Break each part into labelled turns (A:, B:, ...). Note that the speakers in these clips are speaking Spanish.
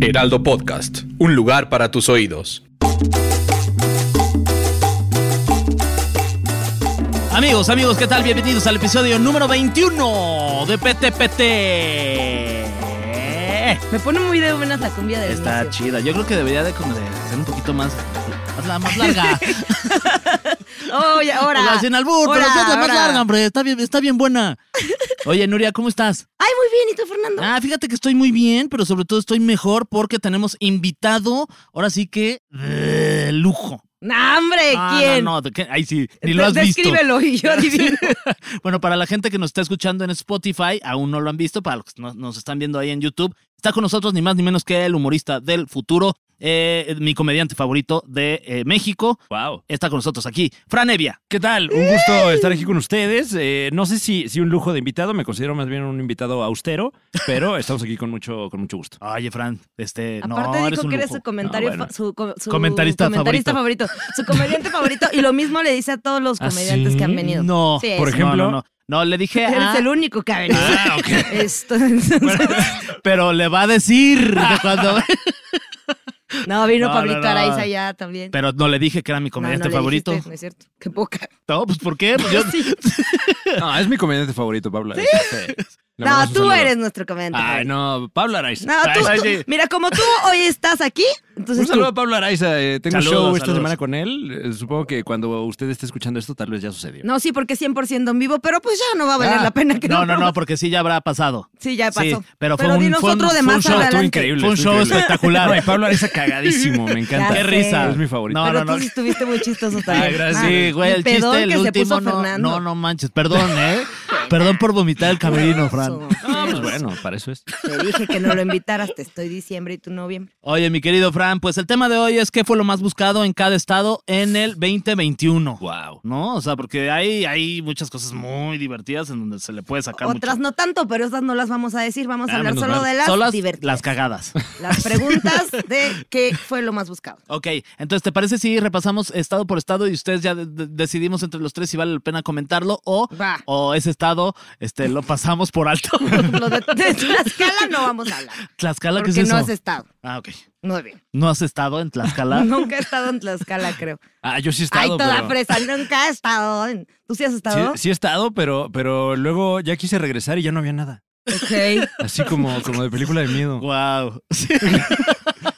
A: Heraldo Podcast, un lugar para tus oídos.
B: Amigos, amigos, ¿qué tal? Bienvenidos al episodio número 21 de PTPT.
C: Me pone muy de buenas la cumbia del
B: Está
C: inicio.
B: chida. Yo creo que debería de, como de ser un poquito más, más, más larga.
C: Oye, Oh, ahora.
B: O sea, sin albur,
C: Ahora,
B: pero sí es la más
C: ahora.
B: larga, hombre. Está bien, está bien buena. Oye, Nuria, ¿cómo estás?
C: Ay, muy bien, ¿y tú, Fernando?
B: Ah, fíjate que estoy muy bien, pero sobre todo estoy mejor porque tenemos invitado, ahora sí que de lujo.
C: Nah, hombre,
B: Ah,
C: ¿quién?
B: No, no, de que- ay, sí, ni lo has
C: De-
B: visto.
C: Descríbelo y yo adivino.
B: bueno, para la gente que nos está escuchando en Spotify, aún no lo han visto, para los que nos, nos están viendo ahí en YouTube, está con nosotros ni más ni menos que el humorista del futuro, eh, mi comediante favorito de eh, México.
D: Wow.
B: Está con nosotros aquí, Fran Evia.
D: ¿Qué tal? Un gusto estar aquí con ustedes. Eh, no sé si, si un lujo de invitado, me considero más bien un invitado austero, pero estamos aquí con mucho, con mucho gusto.
B: Uh, Oye, Fran, este,
C: Aparte
B: no, eres
C: dijo
B: un
C: que eres
B: lujo.
C: su comentario,
D: No, bueno.
C: fa- su, co- su
B: Comentarista
C: comentarista favorito. Su comediante favorito. Y lo mismo le dice a todos los
D: ¿Ah,
C: comediantes
D: sí?
C: que han venido.
B: No,
C: Sí,
D: por
C: es-
D: ejemplo-
B: No, no, no. No, le dije,
C: Eres
B: ah,
C: el único que ha venido.
B: Ah, ok.
C: Esto, entonces-
B: pero le va a decir que cuando-
C: no, vino
B: No,
C: Pablito
B: no, no.
C: Araiza ya también.
B: Pero no le dije que era mi
C: No, no
B: comediante
C: le
B: favorito.
C: dijiste, no es cierto. Qué poca.
B: No, pues ¿por qué? Pues yo-
D: No, es mi comediante favorito, Pablo. Araiz. Sí. Le
C: No,
D: mandamos un
C: tú
D: saludo.
C: eres nuestro comediante.
D: Ay,
C: favorito.
D: no, Pablo Araiza.
C: No, tú,
B: Ay,
C: tú-
B: sí.
C: mira, como tú hoy estás aquí, entonces
D: Un
C: tú.
D: saludo a Pablo Araiza. Eh, tengo
B: Saludos,
D: show esta
B: saludos.
D: semana con él. Eh, supongo que cuando usted esté escuchando esto, tal vez ya sucedió.
C: No, sí, porque 100% en vivo, pero pues ya no va a valer
D: Ah,
C: la pena que
B: No, no, no,
C: nos-
B: porque sí ya habrá pasado.
C: Sí, ya pasó.
B: Sí, pero fue un-
C: dinos
B: fue un-
C: otro
B: fue
C: de
B: un
C: más
B: show, estuvo
C: adelante.
D: increíble.
B: Fue un
D: estuvo
B: show
D: increíble.
B: espectacular.
D: No, y Pablo Araiza cagadísimo, me encanta.
C: Ya
B: Qué
C: sé.
B: risa.
D: Es mi favorito.
B: No, no,
C: pero
B: no.
C: tú sí estuviste muy chistoso también.
B: Ay, gracias.
C: Ah,
B: Sí, güey, el
C: pedón
B: chiste, el
C: que se
B: último,
C: puso
B: no,
C: Fernando.
B: no, no manches, perdón, ¿eh? perdón por vomitar el camerino, Fran.
D: Ah, pues bueno, para eso es.
C: Te dije que no lo invitaras, te estoy diciembre y tú noviembre.
B: Oye, mi querido Fran, pues el tema de hoy es qué fue lo más buscado en cada estado en el 2021.
D: Wow.
B: ¿No? O sea, porque hay, hay muchas cosas muy divertidas en donde se le puede sacar
C: Otras
B: mucho.
C: no tanto, pero esas no las vamos a decir. Vamos a
D: Ah,
C: hablar
D: menos
C: solo
D: mal.
C: de las,
B: Son las,
C: divertidas.
B: las cagadas.
C: Las preguntas de qué fue lo más buscado.
B: Ok, entonces, ¿te parece si repasamos estado por estado y ustedes ya de- de- decidimos entre los tres si vale la pena comentarlo o,
C: Va.
B: o ese estado este, lo pasamos por alto?
C: Lo de, de Tlaxcala no vamos a hablar.
B: Tlaxcala, ¿qué
C: Porque
B: es eso?
C: no has estado.
B: Ah, ok.
C: Muy bien.
B: ¿No has estado en Tlaxcala?
C: Nunca he estado en Tlaxcala, creo.
D: Ah, yo sí he estado.
C: Ay, toda
D: pero-
C: fresa, nunca he estado. en- ¿Tú sí has
D: Sí,
C: estado?
D: sí he estado, pero, pero luego ya quise regresar y ya no había nada.
C: Ok.
D: Así como, como de película de miedo.
B: Wow.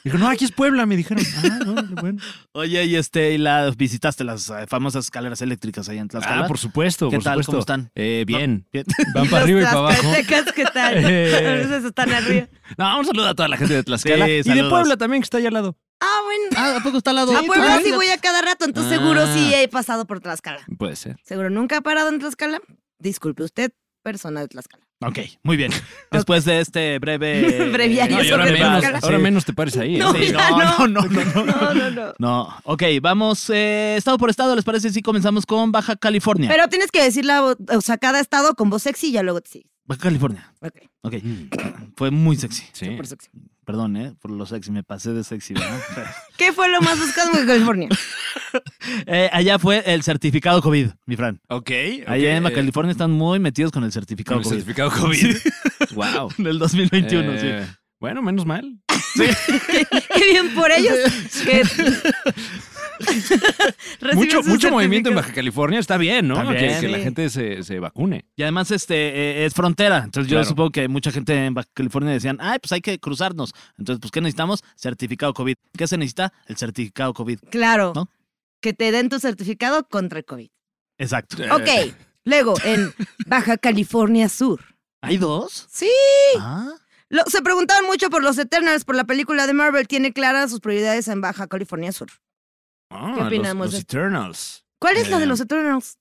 D: Dijo, no, aquí es Puebla, me dijeron. Ah, no, bueno.
B: Oye, y este, y la, visitaste las eh, famosas escaleras eléctricas ahí en Tlaxcala.
D: Ah, por supuesto,
B: ¿Qué
D: por
B: tal?
D: supuesto.
B: ¿Cómo están?
D: Eh, bien.
B: Bien.
D: Van para arriba y
C: Los
D: para abajo.
C: tlaxcaltecas, ¿qué tal?
D: Eh.
C: A veces están arriba.
D: No, un saludo a toda la gente de Tlaxcala.
B: Sí,
D: y de
B: saludos.
D: Puebla también, que está allá al lado.
C: Ah, bueno.
B: Ah, ¿a poco está al lado?
C: a Puebla sí
B: Ah,
C: voy a cada rato, entonces seguro
D: Ah.
C: sí he pasado por Tlaxcala.
D: Puede ser.
C: Seguro nunca ha parado en Tlaxcala. Disculpe usted, persona de Tlaxcala.
B: Ok, muy bien. Después de este breve...
C: Breviario
D: No, y ahora,
C: sobre
D: menos,
C: Tlaxcala.
D: ahora
B: Sí.
D: menos te pares ahí. ¿eh?
C: No,
B: Sí,
C: ya
B: no, no, no, no, no.
C: No, no, no.
B: No, ok, vamos eh, estado por estado, ¿les parece si comenzamos con Baja California?
C: Pero tienes que decir la, vo- o sea, cada estado con voz sexy y ya luego te sigues.
B: Baja California,
C: Ok,
B: ok.
D: Mm,
B: Fue muy sexy.
D: Sí.
C: por sexy.
B: Perdón, ¿eh? Por lo sexy, me pasé de sexy, ¿verdad?
C: ¿Qué fue lo más buscado en California?
B: Eh, allá fue el certificado COVID, mi Fran.
D: Ok. okay.
B: Allá en Baja
D: eh,
B: California están muy metidos con el certificado
D: con el
B: COVID.
D: certificado COVID. wow.
B: Del 2021, sí.
D: Eh, Bueno, menos mal.
C: Qué bien por ellos. que- Recibieron
D: Mucho,
C: sus
D: mucho movimiento
C: certificados.
D: en Baja California, está bien, ¿no?
B: Está
D: Que-
B: bien.
D: que, la
C: Sí.
D: gente se, se vacune.
B: Y además este eh, es frontera, entonces yo
D: Claro.
B: supongo que mucha gente en Baja California decían, ay, pues hay que cruzarnos. Entonces, pues, ¿qué necesitamos? Certificado COVID. ¿Qué se necesita? El certificado COVID.
C: Claro.
B: ¿No?
C: Que te den tu certificado contra el COVID.
B: Exacto.
D: Eh.
C: Ok. Luego, en Baja California Sur.
B: ¿Hay dos?
C: Sí.
B: Ah.
C: Lo- se preguntaban mucho por los Eternals, por la película de Marvel. Tiene claras sus prioridades en Baja California Sur.
D: Ah,
C: ¿Qué
D: los-
C: opinamos
D: Los,
C: de-
D: Eternals.
C: ¿Cuál es la de
D: Eh,
C: los Eternals?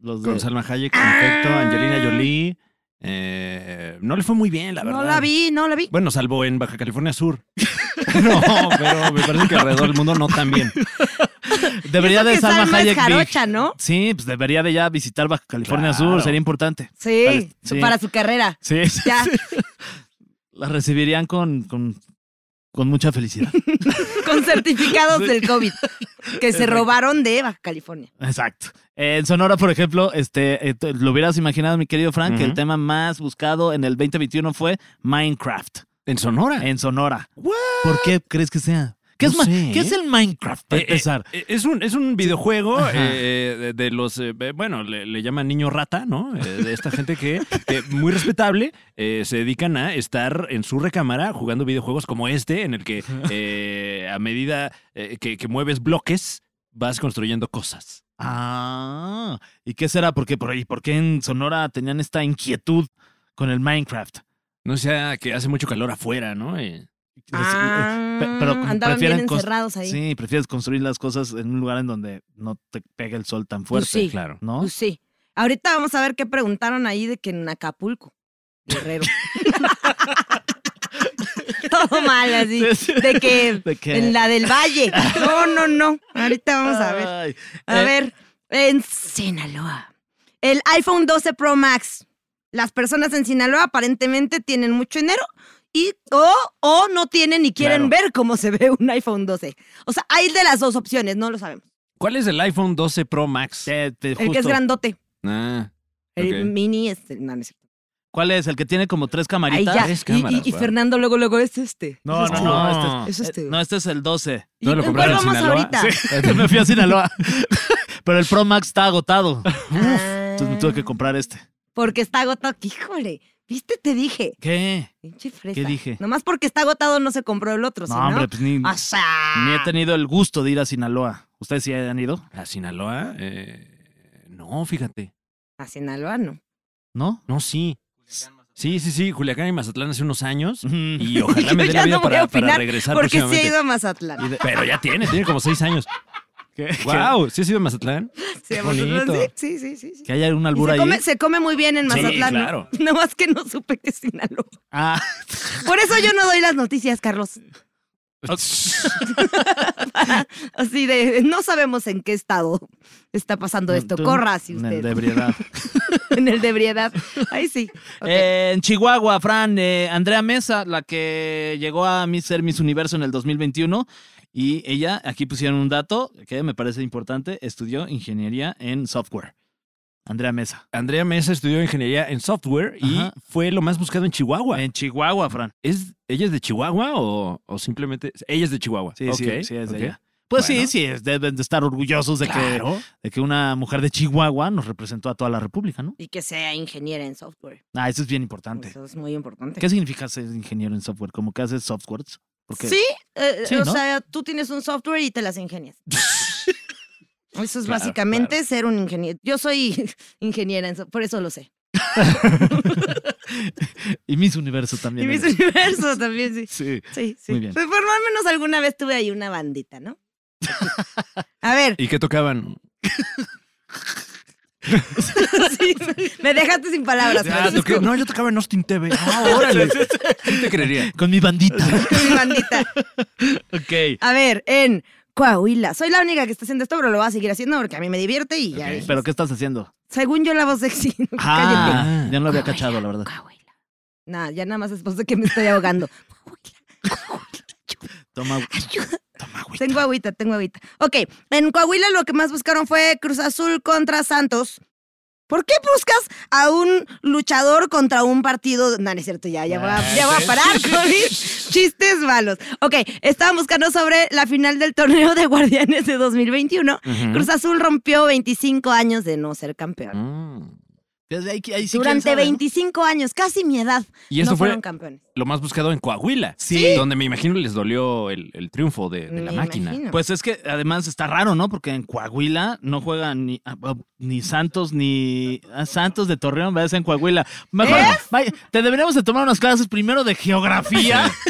B: Los de-
C: Ah.
D: Con Salma Hayek, perfecto. Angelina Jolie. Eh, no le fue muy bien, la verdad.
C: No la vi, no la vi.
D: Bueno, salvo en Baja California Sur. no, pero me parece que alrededor del mundo no tan bien.
B: Debería
C: Eso
B: de
C: que
B: Salma
C: Salma es
B: Hayek. Big.
C: jarocha, ¿no?
B: Sí, pues debería de ya visitar Baja California
D: Claro.
B: Sur, sería importante.
C: Sí,
B: Sí.
C: para su carrera.
B: Sí,
C: Ya,
B: la recibirían con, con, con mucha felicidad.
C: con certificados del COVID que se robaron de Baja California.
B: Exacto. En Sonora, por ejemplo, este, eh, t- lo hubieras imaginado, mi querido Frank, que el
D: Ujú.
B: tema más buscado en el 2021 fue Minecraft
D: En Sonora.
B: en Sonora.
D: What?
B: ¿Por qué crees que sea? ¿Qué,
D: Ah. No
B: es, ma-
D: sé,
B: ¿qué
D: ¿eh?
B: es el Minecraft? Para
D: Eh, eh,
B: empezar.
D: eh, es, un, es un videojuego
B: Ajá.
D: eh, de, de los, eh, be- bueno, le, le llaman niño rata, ¿no? Eh, de esta gente que, eh, muy respetable, eh, se dedican a estar en su recámara jugando videojuegos como este, en el que eh, a medida eh, que, que mueves bloques, vas construyendo cosas.
B: Ah, ¿y qué será? ¿Por qué, por, ¿Y por qué en Sonora tenían esta inquietud con el Minecraft?
D: No sea que hace mucho calor afuera, ¿no? Eh,
B: Les-
C: Ah,
B: eh, pe- pero como
C: andaban bien
B: prefieren cons-
C: encerrados ahí.
B: Sí, prefieres construir las cosas en un lugar en donde no te pega el sol tan fuerte.
C: Pues sí.
D: Claro.
B: ¿No?
C: Pues sí. Ahorita vamos a ver qué preguntaron ahí de que en Acapulco. Guerrero. Todo mal así.
B: Sí, sí.
C: De que
B: ¿De qué?
C: en la del Valle. No, no, no. Ahorita vamos a ver.
B: Ay,
C: A
B: eh,
C: ver, en Sinaloa. El iPhone 12 Pro Max. Las personas en Sinaloa aparentemente tienen mucho dinero y o, o no tienen y quieren ver cómo se ve un iPhone 12. O sea, hay de las dos opciones, no lo sabemos.
D: ¿Cuál es el iPhone 12 Pro Max?
B: te- te-
C: El que es
B: justo.
C: grandote,
D: Ah,
C: el
D: ok.
C: mini es... No, no es cierto.
B: ¿Cuál es? ¿El que tiene como tres
C: Ahí
B: camaritas?
C: ya.
D: Tres
C: Y- y-
D: cámaras,
C: y,
D: wow.
C: Fernando luego, luego es este.
B: No,
C: es
B: no,
C: este.
B: no. Este,
C: Es este.
B: eh, no, este es el 12.
C: ¿Y
D: ¿Todo lo
C: en cuál
D: compraron en
C: vamos
D: Sinaloa?
C: ahorita?
B: Me fui a Sinaloa. Pero el Pro Max está agotado.
C: Ah,
B: Entonces me tuve que comprar este.
C: Porque está agotado. Híjole, viste, te dije.
B: ¿Qué?
C: Pinche fresa.
B: dije?
C: Nomás porque está agotado no se compró el otro,
B: No,
C: ¿sí, ¿no?
B: hombre, pues ni,
C: O sea.
B: ni he tenido el gusto de ir a Sinaloa. ¿Ustedes sí han ido?
D: ¿A Sinaloa? Eh, no, fíjate.
C: A Sinaloa no.
B: ¿No?
D: No, sí. Sí, sí, sí. Culiacán y Mazatlán hace unos años.
B: Ujú.
D: Y ojalá me
C: Yo
D: dé
C: ya
D: la vida
C: no voy a
D: para, para
C: opinar,
D: regresar
C: Porque sí
D: próximamente.
C: he ido a
B: Ah,
C: Mazatlán.
D: Y de- Pero ya tiene, tiene como seis años.
B: ¿Qué?
D: ¡Wow! ¿Sí has ido a Mazatlán?
C: Sí, a
D: bonito.
C: Mazatlán, Sí, sí, sí. sí, sí.
B: ¿Que haya una
C: Y
B: albura ahí?
C: se, come, se come muy bien en
D: Sí,
C: Mazatlán. ¿no?
D: claro.
C: Nada más que no supe que es Sinaloa.
B: Ah,
C: Por eso yo no doy las noticias, Carlos. Así de, no sabemos en qué estado está pasando esto.
B: tú-
C: Corra si
B: en el
C: usted.
B: de ebriedad.
C: en el de ebriedad. Ahí sí. Ok.
B: Eh, en Chihuahua, Fran, eh, Andrea Mesa, la que llegó a mi- ser Miss Universo en el 2021. Y ella, aquí pusieron un dato que me parece importante, estudió ingeniería en software. Andrea Mesa.
D: Andrea Mesa estudió ingeniería en software y
B: Ajá.
D: fue lo más buscado en Chihuahua.
B: En Chihuahua, Fran.
D: ¿Es, ¿Ella es de Chihuahua o, o simplemente...? Ella es de Chihuahua.
B: Sí,
D: Ok,
B: sí, sí, es
D: ok.
B: de ella. Pues sí,
D: Bueno.
B: sí, es- deben de estar orgullosos de, que,
D: Claro.
B: de que una mujer de Chihuahua nos representó a toda la República, ¿no?
C: Y que sea ingeniera en software.
B: Ah, eso es bien importante.
C: Eso es muy importante.
B: ¿Qué significa ser ingeniero en software? ¿Cómo que haces softwares? Porque
C: Sí, eh,
B: Sí,
C: o
B: ¿no?
C: sea, tú tienes un software y te las ingenias. Eso es
D: Claro,
C: básicamente ser un ingeniero. Yo soy ingeniera, en so- por eso lo sé.
B: Y Miss Universo
C: Y
B: también.
C: mis
B: eres.
C: universo también, sí.
B: Sí.
C: Sí, sí.
B: Muy bien.
C: Pues por lo menos alguna vez tuve ahí una bandita, ¿no? A ver,
D: ¿Y qué tocaban?
C: sí, me dejaste sin palabras.
D: Ah,
C: Francisco,
D: toqué- no, yo tocaba en Austin TV. Ah, órale. ¿Quién te creería?
B: Con mi bandita.
C: con mi bandita.
B: ok.
C: A ver, en Coahuila. Soy la única que está haciendo esto, pero lo voy a seguir haciendo porque a mí me divierte y ya.
D: Ok.
C: dije.
B: ¿Pero qué estás haciendo?
C: Según yo, la voz sexy. Cállate.
B: Ah,
D: Cállate.
B: ya no lo había
C: Coahuila,
B: cachado, la verdad.
C: Coahuila. Nah, ya nada más después de que me estoy ahogando. Coahuila,
B: Toma,
C: ayuda.
B: toma, güey.
C: Tengo agüita, tengo agüita. Ok, en Coahuila lo que más buscaron fue Cruz Azul contra Santos. ¿Por qué buscas a un luchador contra un partido? No, no es cierto, ya, ya voy a, ya voy a parar con mis chistes malos. Ok, estaban buscando sobre la final del torneo de Guardianes de 2021.
D: Ujú.
C: Cruz Azul rompió 25 años de no ser campeón.
D: Mm.
B: Desde ahí- ahí sí, quién
C: Durante
B: sabe, ¿no?
C: 25 años, casi mi edad,
D: Y eso
C: no
D: fue
C: fueron campeones.
D: lo más buscado en Coahuila.
B: Sí.
D: Donde me imagino les dolió el, el triunfo de, de la
C: Me
D: máquina.
C: imagino.
B: Pues es que además está raro, ¿no? Porque en Coahuila no juegan ni, ah, ah, ni Santos ni ah, Santos de Torreón, ¿verdad? Es en
C: ¿Eh?
B: Coahuila. Mejor, vaya, te deberíamos de tomar unas clases primero de geografía.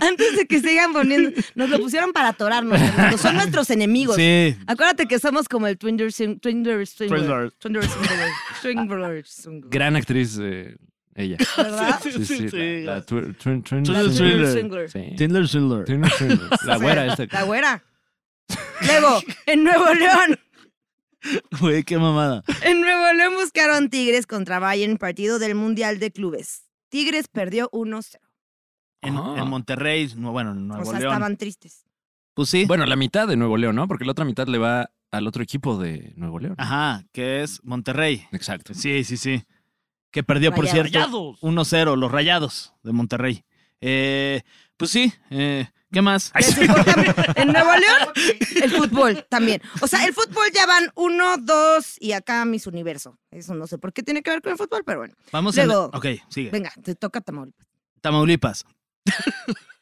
C: Antes de que sigan poniendo. Nos lo pusieron para atorarnos. amigos. Son nuestros enemigos.
B: Sí.
C: Acuérdate que somos como el Twinder Sim- Twinder Swindler.
D: Swindler.
C: Twinder Swindler. Swindler. Swindler.
D: Gran actriz eh, ella.
C: ¿Verdad?
D: Sí, sí,
B: sí.
D: la- la Twi- Twin- Twin-
B: Twiddle
D: Sí.
B: Swindler.
C: Swindler.
D: Sí.
B: Tindler Swindler.
D: Twin- Swindler. La güera esta.
C: La güera. Luego, en Nuevo León.
B: Güey, qué mamada.
C: En Nuevo León buscaron Tigres contra Bayern, partido del Mundial de Clubes. Tigres perdió 1-0.
B: En,
D: Ah.
B: en Monterrey, no, bueno, en Nuevo
C: O sea,
B: León.
C: estaban tristes.
B: Pues sí.
D: Bueno, la mitad de Nuevo León, ¿no? Porque la otra mitad le va al otro equipo de Nuevo León.
B: Ajá, que es Monterrey.
D: Exacto.
B: Sí, sí, sí. Que perdió, por
C: Rayados.
B: cierto, 1-0, los rayados de Monterrey. Eh, pues sí, eh, ¿qué más?
C: Les importa mu- en Nuevo León, el fútbol también. O sea, el fútbol ya van uno, dos y acá mis universo. Eso no sé por qué tiene que ver con el fútbol, pero bueno.
B: Vamos a.
C: luego-
B: Ok, sigue.
C: Venga, te toca Tamaulipas.
B: Tamaulipas.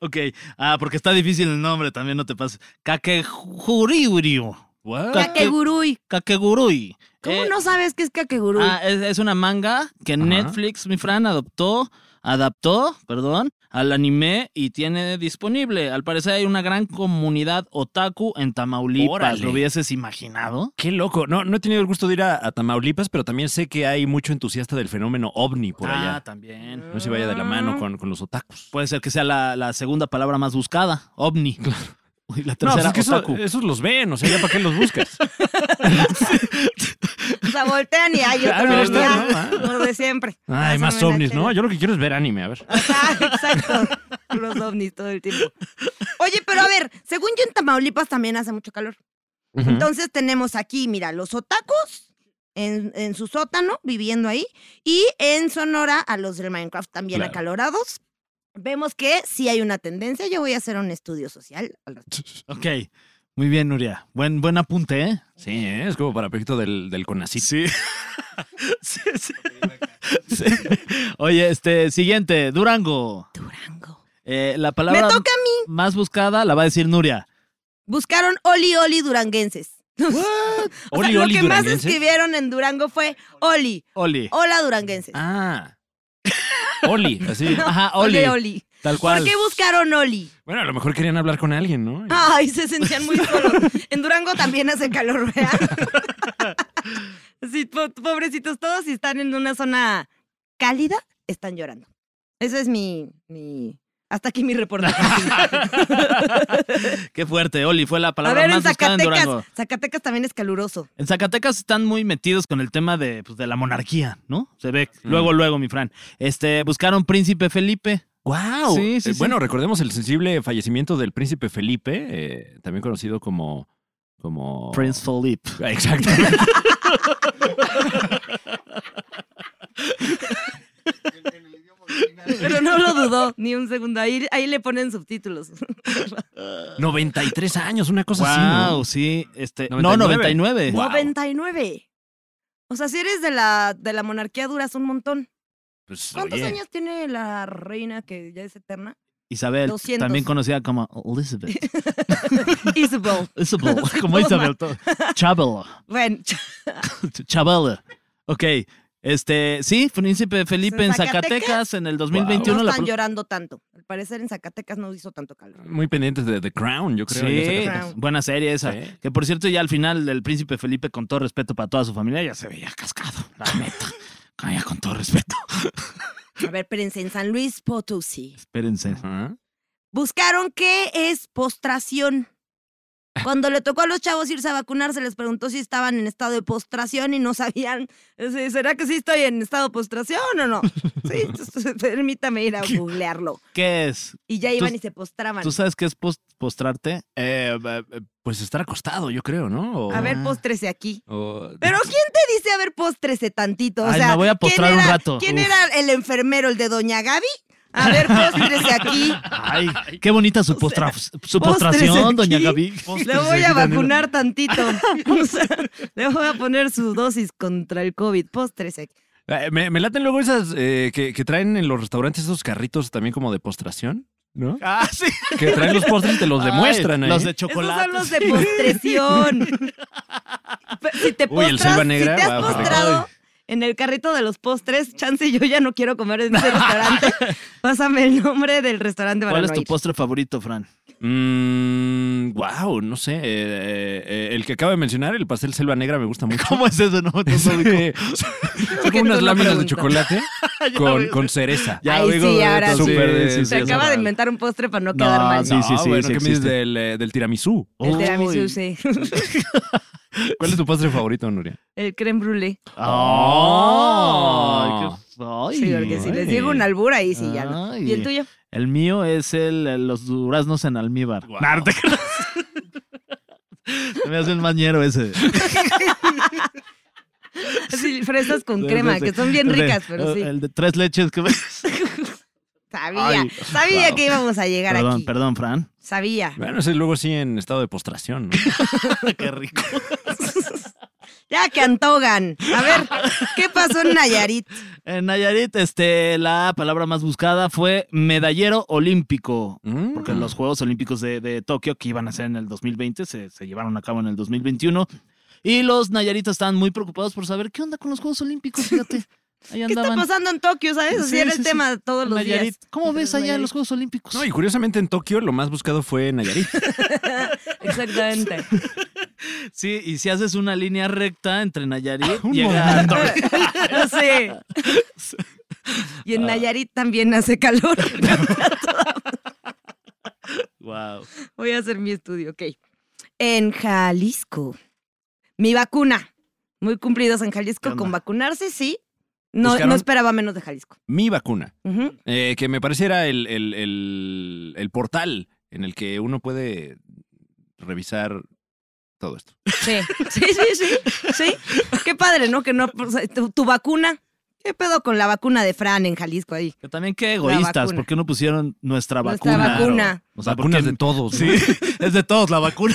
B: ok. Ah, porque está difícil el nombre, también no te pases. Kakeguriurio.
D: What?
B: Ca-
C: Kakegurui.
B: Kakegurui.
C: ¿Cómo
B: Eh,
C: no sabes qué es Kakegurui?
B: Ah, es, es una manga que
D: Ajá.
B: Netflix, mi Fran, adoptó, adaptó, perdón, al anime y tiene disponible. Al parecer hay una gran comunidad otaku en Tamaulipas.
D: Órale.
B: ¿Lo hubieses imaginado?
D: Qué loco. No, no he tenido el gusto de ir a, a Tamaulipas, pero también sé que hay mucho entusiasta del fenómeno ovni por
B: ah,
D: allá.
B: también.
D: No se vaya de la mano con, con los otakus.
B: Puede ser que sea la, la segunda palabra más buscada, ovni. Y la
D: No, pues
B: tercera,
D: es que eso-
B: otaku.
D: esos los ven, o sea, ¿ya para qué los buscas?
C: O sea, voltean y hay
D: Claro,
C: otro.
D: está,
C: ya,
D: ¿no? ah.
C: Lo de siempre. Pásame
D: Ay, más
C: una
D: ovnis,
C: chela.
D: ¿no? Yo lo que quiero es ver anime, a ver.
C: Ajá, exacto. Los ovnis todo el tiempo. Oye, pero a ver, según yo en Tamaulipas también hace mucho calor. Entonces tenemos aquí, mira, los otakus en, en su sótano, viviendo ahí, y en Sonora a los del Minecraft también
D: Claro.
C: acalorados. Vemos que sí hay una tendencia. Yo voy a hacer un estudio social. al respecto.
B: Ok. Muy bien, Nuria. Buen, buen apunte, ¿eh?
D: Sí, ¿eh? es como para proyecto del, del Conacyt.
B: Sí. Sí, sí. Sí. Oye, este, siguiente, Durango.
C: Durango.
B: Eh, la
C: Me
B: palabra
C: toca a mí.
B: más buscada la va a decir Nuria.
C: Buscaron Oli Oli Duranguenses. O sea,
D: Oli,
C: lo
D: Oli,
C: que más
D: duranguense.
C: escribieron en Durango fue Oli,
B: Oli.
C: hola Duranguenses.
D: Ah. Oli, así.
B: Ajá, Oli.
C: Ole, Oli.
B: Tal
C: ¿Por
B: cual.
C: qué buscaron Oli?
D: Bueno, a lo mejor querían hablar con alguien, ¿no?
C: Ay, se sentían muy solos. En Durango también hace calor, ¿verdad? Sí, po- pobrecitos todos, si están en una zona cálida, están llorando. Eso es mi. mi hasta aquí mi reportaje.
B: Qué fuerte, Oli. Fue la
C: A
B: palabra
C: ver, en
B: más buscada en
C: Zacatecas.
B: Durango.
C: Zacatecas también es caluroso.
B: En Zacatecas están muy metidos con el tema de, pues, de la monarquía, ¿no? Se ve. Luego, luego, mi Fran. Este, buscaron Príncipe Felipe.
D: ¡Wow!
B: Sí, sí, sí.
D: Eh, Bueno, recordemos el sensible fallecimiento del príncipe Felipe, eh, también conocido como. como...
B: Prince Felipe.
D: Ah, Exacto.
C: Pero no lo dudó ni un segundo. Ahí, ahí le ponen subtítulos.
D: 93 años, una cosa así.
B: wow,
D: ¿no?
B: sí. Este, No,
D: 99.
B: 99.
D: Guau.
C: 99. O sea, si eres de la, de la monarquía, duras un montón.
D: Pues,
C: ¿Cuántos
D: oye,
C: años tiene la reina que ya es eterna?
B: Isabel,
C: 200.
B: también conocida como Elizabeth.
C: Isabel.
B: Isabel, como Isabel. todo. Chabela.
C: Bueno,
B: Chabela. Ok. Este, sí, Príncipe Felipe
C: ¿En
B: en
C: Zacatecas?
B: Zacatecas en el
C: no
B: 2021. la
C: están
B: pro-
C: llorando tanto. Al parecer en Zacatecas no hizo tanto calor.
D: Muy pendientes de The Crown, yo creo. ya
B: Sí,
D: sé
C: Crown.
B: buena serie esa.
D: Sí.
B: Que por cierto, ya al final el príncipe Felipe, con todo respeto para toda su familia, ya se veía cascado, la neta. Vaya, con todo respeto.
C: A ver, espérense, en San Luis Potosí.
B: Espérense.
D: que- Ajá.
C: Buscaron qué es postración. Cuando le tocó a los chavos irse a vacunar, se les preguntó si estaban en estado de postración y no sabían, eh, ¿será que sí estoy en estado de postración o no? Sí, entonces, permítame ir a googlearlo.
B: ¿Qué es?
C: Y ya iban
B: Tú-
C: y se postraban.
B: ¿Tú sabes qué es post- postrarte?
D: Eh, eh, eh, pues estar acostado, yo creo, ¿no? O-
C: A ver,
B: Ah.
C: postrese aquí.
D: o-
C: Pero ¿quién te dice a ver póstrese tantito? O
B: Ay,
C: sea,
B: me voy a
C: ¿quién
B: postrar un
C: era-
B: rato.
C: ¿Quién
B: Uf.
C: era el enfermero, el de Doña Gaby? A ver, póstrese aquí.
B: Ay, qué bonita su, postra- su
C: póstrese
B: postración,
C: aquí.
B: doña Gaby.
C: Le voy a vacunar tantito. O sea, le voy a poner su dosis contra el COVID. Póstrese. aquí.
D: Eh, me, me laten luego esas eh, que, que traen en los restaurantes esos carritos también como de postración, ¿no?
B: Ah, sí.
D: Que traen los postres y te los
B: Ay,
D: demuestran ¿eh? ahí.
B: Los de
C: Esos
B: chocolate.
C: son los de postresión. Pe- si te
D: Uy, el
C: postras,
D: Selva Negra,
C: si te has
D: guau, qué rico.
C: postrado en el carrito de los postres, chance yo ya no quiero comer en ese restaurante. Pásame el nombre del restaurante para
B: ¿Cuál es
C: no
B: tu
C: ir.
B: postre favorito, Fran?
D: wow, no sé. eh, eh, eh, el que acabo de mencionar, el pastel selva negra, me gusta mucho.
B: ¿Cómo es eso? No,
D: Es,
B: no, no,
D: eh, son como
C: tú
D: unas
C: no
D: láminas de
C: preguntas.
D: chocolate con, con cereza.
C: Ya Ay, oigo sí, de ahora sí.
D: Súper de- sí,
C: Se
D: sí,
C: acaba
D: sí.
C: de inventar un postre para no,
B: No,
C: quedar mal.
B: sí, sí,
D: No,
B: sí,
D: bueno,
B: sí
D: ¿qué me dices
B: existe.
D: del, eh, del tiramisú?
C: El
B: Uy.
C: tiramisú, sí.
D: ¿Cuál es tu postre favorito, Nuria?
C: El creme brûlée.
B: Ay, qué- ay.
C: Sí, porque si les
D: ay.
C: digo un albur ahí sí ya no. ¿Y el
B: Ay.
C: tuyo?
B: El mío es el, los duraznos en almíbar.
D: Guau.
B: Nah, no te creas. Se Me hace el mañero ese.
C: Sí, fresas con crema, que son bien
B: El de-
C: ricas, pero sí.
B: El de tres leches que me-
C: Sabía,
D: Ay,
C: sabía
D: wow.
C: que íbamos a llegar
B: Perdón,
C: aquí.
B: perdón, Fran.
C: Sabía.
D: Bueno, ese luego sí en estado de postración, ¿no?
B: Ah, Qué rico.
C: Ya que antogan. A ver, ¿qué pasó en Nayarit?
B: En Nayarit, este, la palabra más buscada fue medallero olímpico.
D: Mm.
B: Porque los Juegos Olímpicos de, de Tokio, que iban a ser en el 2020, se, se llevaron a cabo en el 2021. Y los Nayaritas estaban muy preocupados por saber qué onda con los Juegos Olímpicos, fíjate. Ahí
C: ¿Qué está
B: andaban.
C: pasando en Tokio, sabes? Así
B: Sí,
C: era
B: sí,
C: el
B: sí.
C: tema todos los días.
B: Nayarit. ¿Cómo ves allá en
C: Nayarit.
B: los Juegos Olímpicos?
D: No, y curiosamente en Tokio lo más buscado fue Nayarit.
C: Exactamente.
B: Sí, y si haces una línea recta entre Nayarit
D: Un
B: y
D: momento.
C: sí. Y en Nayarit también hace calor.
B: Wow.
C: Voy a hacer mi estudio, ok. En Jalisco. Mi vacuna. Muy cumplidos en
B: ¿Qué
C: Jalisco con
B: onda?
C: vacunarse, sí. No,
D: ¿Buscaron?
C: no esperaba menos de Jalisco.
D: Mi vacuna,
C: Ujú.
D: eh, que me parece era el, el- el- el portal en el que uno puede revisar todo esto.
C: Sí, sí, sí, sí, sí. Qué padre, ¿no? Que no, o sea, tu, tu vacuna. ¿Qué pedo con la vacuna de Fran en Jalisco ahí?
B: Que también qué egoístas,
C: vacuna.
B: ¿por qué no pusieron nuestra
C: Nuestra
B: vacuna?
C: vacuna.
B: O sea,
D: Vacunas
B: porque-
D: de todos.
B: Sí,
D: ¿no?
B: es de todos la vacuna.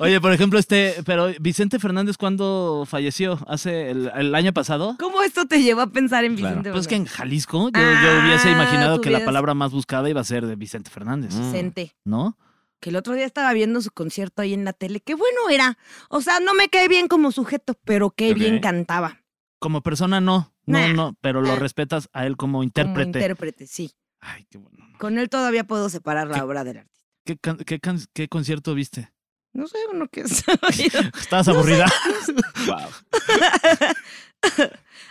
B: Oye, por ejemplo, este, pero Vicente Fernández, ¿cuándo falleció? ¿Hace el, el año pasado?
C: ¿Cómo esto te llevó a pensar en
D: Claro.
C: Vicente?
B: Pues que
C: Fernández?
B: en Jalisco yo, yo
C: Ah,
B: hubiese imaginado
C: tú
B: que la
C: hubieras-
B: palabra más buscada iba a ser de Vicente Fernández,
D: Mm.
C: Vicente,
B: ¿no?
C: que el otro día estaba viendo su concierto ahí en la tele. Qué bueno era. O sea, no me cae bien como sujeto, pero qué
D: Ok.
C: bien cantaba.
B: Como persona no, no,
C: Nah.
B: no, pero lo
C: Ah.
B: respetas a él como
C: Como
B: intérprete.
C: intérprete, sí.
B: Ay, qué bueno.
C: Con él todavía puedo separar
B: ¿Qué?
C: la obra del arte.
B: ¿Qué, can- qué can- qué concierto viste?
C: No sé, uno que es oído.
B: Estabas aburrida.
D: Wow.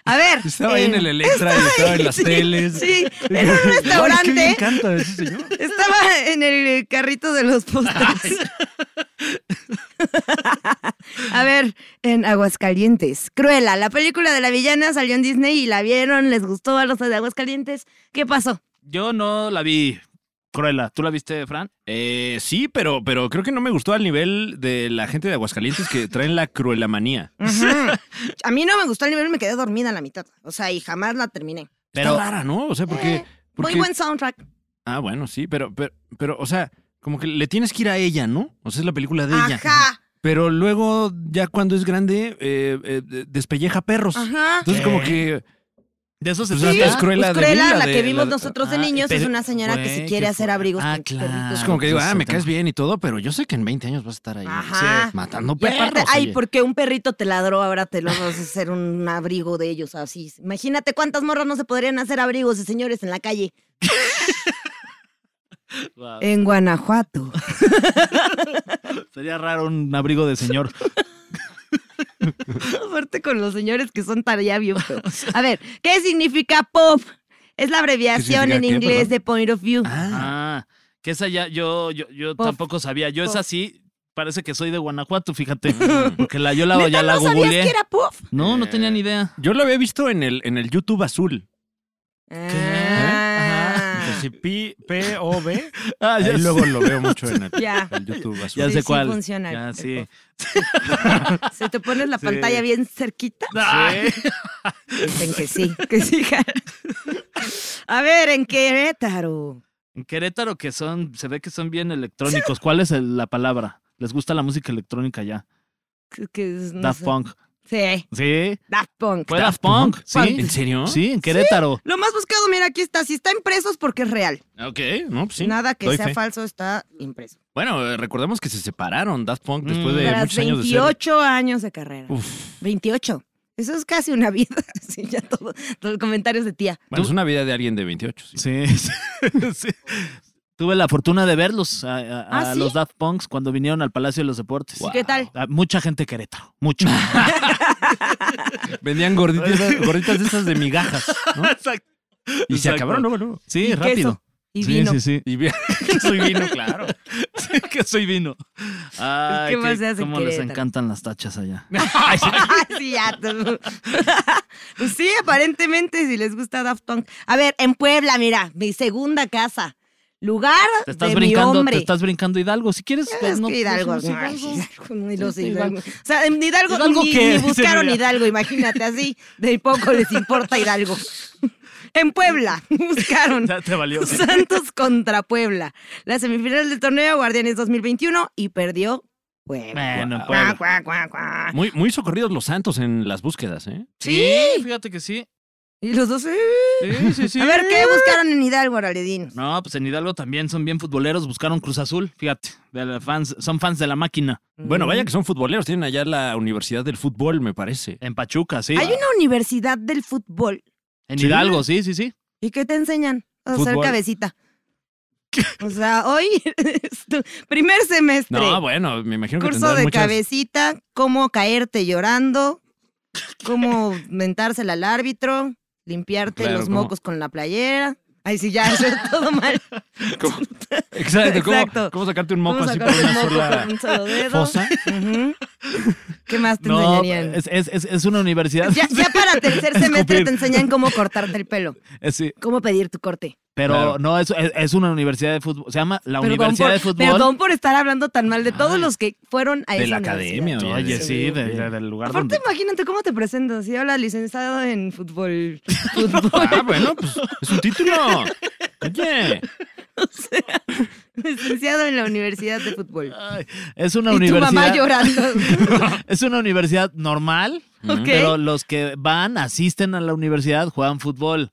C: A ver.
D: Estaba ahí en
C: eh,
D: el Electra y estaba en las
C: sí,
D: teles.
C: Sí, en un
D: Ay, qué bien
C: restaurante.
D: canta ese señor.
C: Estaba en el eh, carrito de los postres. A ver, en Aguascalientes. Cruella, la película de la villana salió en Disney y la vieron, les gustó a los de Aguascalientes. ¿Qué pasó?
B: Yo no la vi. Cruella, ¿tú la viste, Fran?
D: Eh, sí, pero, pero creo que no me gustó al nivel de la gente de Aguascalientes que traen la cruelamanía.
C: Mm. A mí no me gustó el nivel, me quedé dormida a la mitad. O sea, y jamás la terminé.
D: Pero,
B: Pero-
D: Está rara, ¿no? O sea, porque...
C: Eh,
D: porque
C: Muy buen soundtrack.
D: Ah, bueno, sí, pero, pero, pero, o sea, como que le tienes que ir a ella, ¿no? O sea, es la película de ella.
C: Ajá,
D: Pero luego, ya cuando es grande, eh, eh, de- despelleja perros.
C: ajá.
D: Entonces, como que.
B: De eso se
D: Pues
B: trata.
D: hasta es Cruella
C: Pues
D: de
C: Cruella,
D: Vil,
C: la
D: de-
C: que vimos
D: la-
C: nosotros de
B: Ah,
C: niños, es
B: pero-
C: una señora que
B: Güey,
C: se quiere
B: qué
C: hacer
B: fu-
C: abrigos
B: Ah,
C: con sus
B: claro.
C: perritos.
D: Es como que digo,
B: pues,
D: ah, me
B: también.
D: caes bien y todo, pero yo sé que en 20 años vas a estar ahí
C: Ajá.
D: matando
C: Y
D: perros.
C: aparte, ay,
D: oye.
C: porque un perrito te ladró, ahora te lo vas a hacer un abrigo de ellos, así. Imagínate cuántas morras no se podrían hacer abrigos de señores en la calle.
B: Wow.
C: En Guanajuato.
B: Sería raro un abrigo de señor.
C: aparte con los señores que son tarea bien feo. A ver, ¿qué significa POP? Es la abreviación
D: significa
C: en
D: qué,
C: inglés
D: perdón?
C: de Point of View.
D: Ah,
B: Ah, que esa ya yo, yo, yo
C: Pof,
B: tampoco sabía. Yo es
C: pof.
B: así, parece que soy de Guanajuato, fíjate. Porque la yo la,
C: ¿Neta
B: ya la
C: no sabías
B: googleé.
C: que era POP?
B: No, no tenía ni idea.
D: Yo lo había visto en el, en el YouTube azul. ¿Eh?
C: Ah,
D: P-O-B.
B: Ah, ya,
D: Ahí
B: sé.
D: luego lo veo mucho en el,
C: Ya.
D: el YouTube azul.
B: Ya
C: Sí,
B: sé
C: sí
B: cuál.
C: funciona el-
B: Ya,
C: el
B: sí.
C: Si te pones la
B: Sí.
C: pantalla bien cerquita,
B: Ay,
C: dicen que sí, que sí. A ver, en Querétaro.
B: En Querétaro que son, se ve que son bien electrónicos. ¿Cuál es el- la palabra? ¿Les gusta la música electrónica ya?
C: que- que es- no
B: Daft
C: sé.
B: Punk.
C: Sí,
B: Sí.
C: Daft Punk.
B: Fue Daft Punk. Sí.
D: ¿En serio?
B: Sí, en Querétaro.
C: Lo más buscado, mira, aquí está. Si está impreso es porque es real.
D: Ok, no, pues sí.
C: Nada que
D: doy
C: sea
D: fe.
C: falso está impreso.
D: Bueno, eh, recordemos que se separaron Daft Punk
B: Mm.
D: después de
C: Tras
D: muchos años de ser...
C: 28 años de carrera.
D: Uf.
C: 28. Eso es casi una vida. Sí, ya todo, todos los comentarios de tía.
D: Bueno,
B: Tú-
D: es una vida de alguien de 28. sí.
B: Sí, sí, sí. Tuve la fortuna de verlos a, a-
C: ¿Ah,
B: a
C: sí?
B: los Daft Punks cuando vinieron al Palacio de los Deportes.
C: ¿Y ¿Qué tal?
B: Ah, Mucha gente de querétaro, mucho.
D: Ah, Vendían gorditas, gorditas de esas de migajas, ¿no?
B: Exacto.
D: Y se
B: Exacto.
D: acabaron luego, luego.
B: Sí,
C: Y
B: rápido.
C: queso, Y vino.
B: Sí, sí, sí.
D: Y vi- soy vino, claro.
B: Sí, que soy vino. Ay,
C: ¿Qué más se hace en
B: cómo les
C: Querétaro?
B: encantan las tachas allá.
C: Ay, sí, ya. tú. Pues sí, aparentemente, si les gusta Daft Punk. A ver, en Puebla, mira, mi segunda casa. Lugar
B: Te estás
C: de mi
B: brincando,
C: hombre.
B: te estás brincando Hidalgo. Si quieres, pues,
C: Es
B: no,
C: que Hidalgo,
B: pues, no,
C: ay,
B: Hidalgo.
C: Hidalgo, ni los
B: Sí, sí,
C: Hidalgo.
B: Hidalgo.
C: O sea, en Hidalgo,
B: ¿Hidalgo
C: ni,
B: qué?
C: ni
B: Sí,
C: buscaron
B: mira.
C: Hidalgo, imagínate, así de poco les importa Hidalgo. En Puebla, buscaron
B: Ya te valió.
C: Santos contra Puebla. La semifinal del torneo Guardianes 2021 y perdió Puebla.
B: Bueno,
D: Guau.
B: Puebla.
C: Cuá, cuá, cuá, cuá.
D: Muy, muy socorridos los santos en las búsquedas, ¿eh?
B: Sí, fíjate que sí.
C: Y los dos. eh.
B: Sí, sí, sí.
C: A ver, ¿qué buscaron en Hidalgo, Araledinos?
B: No, pues en Hidalgo también son bien futboleros. Buscaron Cruz Azul, fíjate. de la fans, son fans de la máquina.
D: Bueno,
C: Mm.
D: vaya que son futboleros. Tienen allá la Universidad del Fútbol, me parece.
B: En Pachuca, sí.
C: Hay una universidad del fútbol.
B: En
D: Sí.
B: Hidalgo, sí, sí, sí.
C: ¿Y qué te enseñan? A hacer
D: Fútbol.
C: cabecita. O sea, hoy es tu primer semestre.
D: No, bueno, me imagino que
C: curso
D: tendrán
C: de
D: muchas...
C: cabecita, cómo caerte llorando, cómo mentársela al árbitro, limpiarte
D: Claro,
C: los
D: cómo-
C: mocos con la playera. Ay, sí, ya, todo mal.
D: Exacto, ¿cómo,
C: Exacto.
D: cómo sacarte un moco
C: Vamos a
D: así por
C: sacar un
D: una
C: moco
D: sola
C: con un solo dedo.
D: fosa?
C: Ujú. ¿Qué más te
B: No,
C: enseñarían?
B: es, es- es- es una universidad.
C: Ya, ya para tercer semestre
B: Escupir.
C: te enseñan cómo cortarte el pelo,
B: Eh, sí,
C: cómo pedir tu corte.
B: pero
D: Claro.
B: no, es, es- es una universidad de fútbol. Se llama la Universidad
C: por,
B: de Fútbol.
C: perdón por estar hablando tan mal de todos
B: Ay.
C: los que fueron a
D: de
C: esa
D: la academia.
C: universidad.
D: oye,
B: Oye,
D: de-
B: sí, de- de- del lugar
C: Aparte,
B: donde...
C: imagínate cómo te presentas. Si habla licenciado en fútbol. fútbol
D: Ah, bueno, pues es un título. Oye,
C: licenciado en la universidad de fútbol.
B: Ay, es una
C: y tu mamá
B: universidad...
C: llorando.
B: es una universidad normal,
C: ok.
B: pero los que van, asisten a la universidad, juegan fútbol,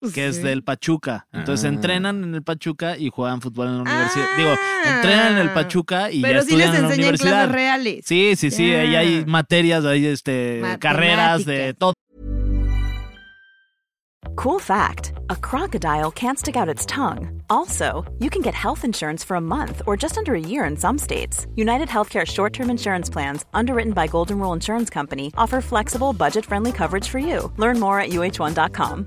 C: Pues
B: que es
C: sí.
B: del Pachuca. Entonces
D: Ah.
B: entrenan en el Pachuca y juegan fútbol en la universidad.
C: Ah.
B: Digo, entrenan en el Pachuca y
C: Pero
B: ya
C: sí les
B: estudian en la
C: enseñan
B: universidad.
C: clases reales.
B: Sí, sí, sí, ahí
C: Ya.
B: hay materias, hay este, carreras de
C: Matemáticas.
B: todo.
E: Cool fact a crocodile can't stick out its tongue. Also, you can get health insurance for a month or just under a year in some states. United Healthcare short term insurance plans, underwritten by Golden Rule Insurance Company, offer flexible, budget friendly coverage for you. Learn more at uh1.com.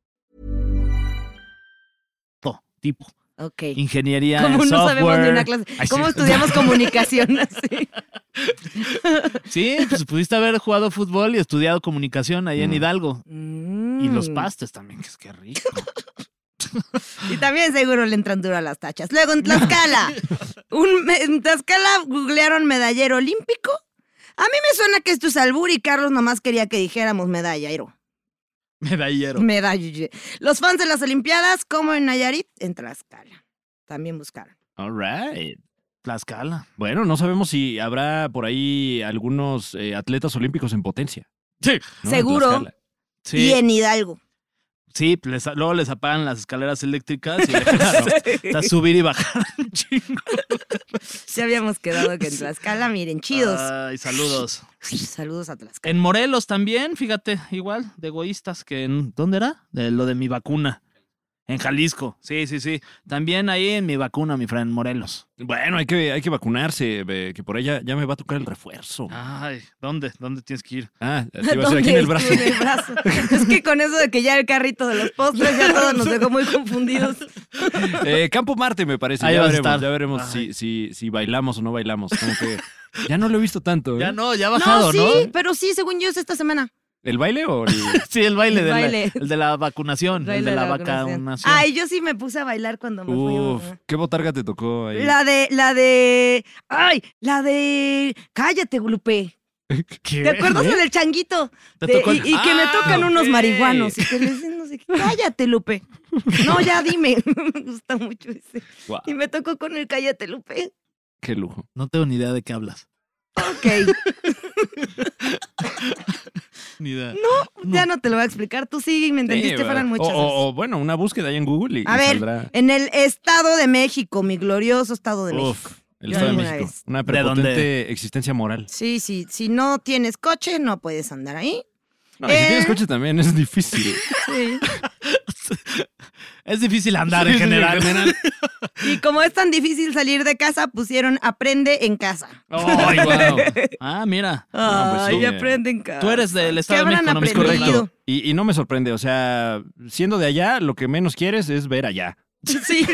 B: todo tipo.
C: Ok.
B: Ingeniería,
C: Como no
B: software.
C: sabemos ni una clase.
B: Ay, sí.
C: ¿Cómo estudiamos comunicación así?
B: Sí, pues pudiste haber jugado fútbol y estudiado comunicación ahí en Hidalgo. Y los
C: Mm.
B: pastes también, que es que rico.
C: Y también seguro le entran duro a las tachas. Luego en Tlaxcala. Un, me- en Tlaxcala googlearon medallero olímpico. A mí me suena que esto es albur y Carlos nomás quería que dijéramos medallero. Mm.
B: Medallero.
C: Medallero. Los fans de las Olimpiadas, como en Nayarit, en Tlaxcala. También buscaron.
D: Mm, all right.
B: Tlaxcala.
D: Bueno, no sabemos si habrá por ahí algunos eh, atletas olímpicos en potencia.
B: Sí.
D: ¿no?
C: Seguro.
D: En Tlaxcala.
B: Sí,
C: Y en Hidalgo.
B: sí les- luego les apagan las escaleras eléctricas y dejan a- a subir y bajar un chingo.
C: Se habíamos quedado que en Tlaxcala, miren, chidos.
D: Ah.
B: Ay, saludos.
C: Saludos a Tlaxcala.
B: En Morelos también, fíjate, igual, de egoístas, que en, ¿dónde era? De lo de mi vacuna. En Jalisco, sí, sí, sí. También ahí en mi vacuna, mi friend, Morelos.
D: Bueno, hay que, hay que vacunarse, eh, que por ahí ya, ya me va a tocar el refuerzo.
B: Ay, ¿dónde? ¿Dónde tienes que ir?
D: Ah, te iba a hacer aquí en
C: ¿Dónde?
D: el brazo.
C: En el brazo. Es que con eso de que ya el carrito de los postres ya todo nos dejó muy confundidos.
D: Eh, Campo Marte, me parece.
B: Ahí
D: ya,
B: vas a
D: veremos,
B: estar.
D: ya veremos si, si, si bailamos o no bailamos. Como que ya no lo he visto tanto. ¿eh?
B: Ya no, ya ha bajado,
C: sí,
B: ¿no?
C: pero sí, según yo es esta semana.
D: ¿El baile o el.?
B: Sí, el baile,
C: El
B: de, la-
C: baile.
B: el de la vacunación, el
C: Baila
B: de la,
C: vacunación.
B: vacunación.
C: Ay, yo sí me puse a bailar cuando me fui. a
D: Uh, Uf,
C: vacunar.
D: qué botarga te tocó ahí.
C: La de, la de, ay, la de, cállate, Glupe.
B: ¿Qué?
C: ¿Te acuerdas del changuito?
B: ¿Te
C: De-
B: tocó
C: y,
B: el-
C: y que le
B: Ah,
C: tocan unos
B: ok.
C: marihuanos y que le dicen no sé qué. Cállate, Lupe. No, ya dime. Me gusta mucho ese.
D: Guau,
C: Y me tocó con el cállate, Lupe.
D: qué lujo.
B: No tengo ni idea de qué hablas.
C: Ok.
B: Ni idea.
C: No, ya no te lo voy a explicar. Tú sí me entendiste,
D: Sí,
C: fueran
D: o-
C: muchas. veces.
D: o, o, bueno, una búsqueda ahí en Google y,
C: A
D: y
C: ver,
D: saldrá
C: en el Estado de México, mi glorioso Estado de México.
D: Uf, el
C: Yo
D: Estado de
C: alguna
D: México.
C: vez.
D: Una
B: ¿De dónde?
D: prepotente existencia moral.
C: Sí, sí, si no tienes coche, no puedes andar ahí.
D: No, y si
C: Eh.
D: tienes coche también es difícil.
C: Sí.
B: Es difícil andar en general. ¿eh?
C: Y como es tan difícil salir de casa, pusieron aprende en casa.
D: Ay, wow.
B: Ah, mira.
D: Ah, pues
C: Ay,
D: sí.
C: aprende en casa.
B: Tú eres del Estado de
C: ¿Qué habrán
B: México, no me
D: Es
B: Aprendido.
D: correcto. Y, y no me sorprende, o sea, siendo de allá, lo que menos quieres es ver allá.
C: Sí,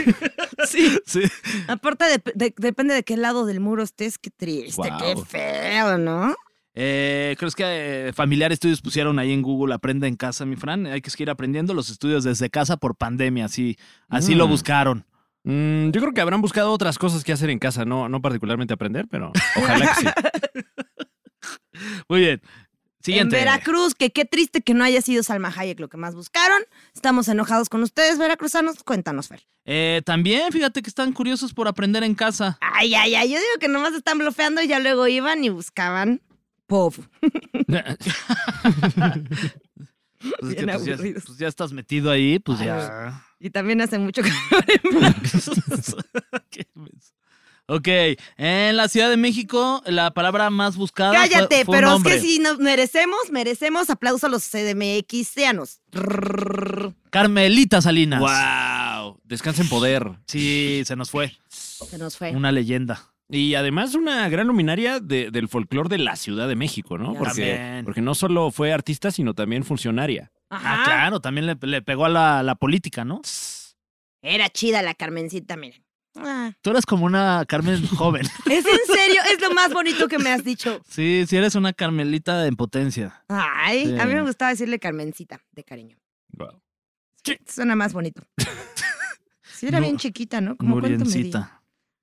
C: sí.
B: Sí.
C: Aparte, de- de- depende de qué lado del muro estés, qué triste,
D: Guau.
C: qué feo, ¿no?
B: Eh, ¿Crees que eh, Familiar Estudios pusieron ahí en Google Aprende en casa, mi Fran? Hay que seguir aprendiendo los estudios desde casa por pandemia, así, así
D: Mm.
B: lo buscaron.
D: Mm, yo creo que habrán buscado otras cosas que hacer en casa, no, no particularmente aprender, pero ojalá que sí.
B: Muy bien. Siguiente.
C: En Veracruz, que qué triste que no haya sido Salma Hayek lo que más buscaron. Estamos enojados con ustedes, veracruzanos. Cuéntanos, Fer.
B: Eh, también, fíjate que están curiosos por aprender en casa.
C: Ay, ay, ay. Yo digo que nomás están blofeando y ya luego iban y buscaban. Pov.
B: Pues, es
C: Bien
B: pues, ya,
C: aburridos.
B: pues ya estás metido ahí, pues ya.
C: Y también hace mucho calor en Veracruz.
B: Qué menso. ok, en la Ciudad de México la palabra más buscada fue-
C: Cállate,
B: fue un
C: pero es
B: hombre.
C: que si nos merecemos, merecemos aplausos a los CDMXeanos. Rrrr.
B: Carmelita Salinas.
D: ¡Wow! Descansa en poder.
B: Sí, se nos fue.
C: Se nos fue.
B: Una leyenda.
D: Y además una gran luminaria de- del folclore de la Ciudad de México, ¿no?
C: Ya
D: Porque,
B: también.
D: porque no solo fue artista, sino también funcionaria.
B: Ah,
C: Ajá.
B: claro, también le, le pegó a la, la política, ¿no?
C: Era chida la Carmencita, miren. Ah.
B: Tú eres como una Carmen joven.
C: Es en serio, es lo más bonito que me has dicho.
B: Sí, sí eres una Carmelita en potencia.
C: Ay,
B: Sí.
C: a mí me gustaba decirle Carmencita, de cariño.
D: Guau.
C: Suena más bonito. Sí, era
B: Nu-
C: bien chiquita, ¿no? Como cuánto medía.
B: Muriencita.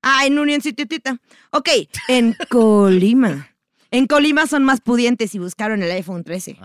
C: Ah, en Unioncititita. Ok, en Colima. En Colima son más pudientes y buscaron el iPhone 13.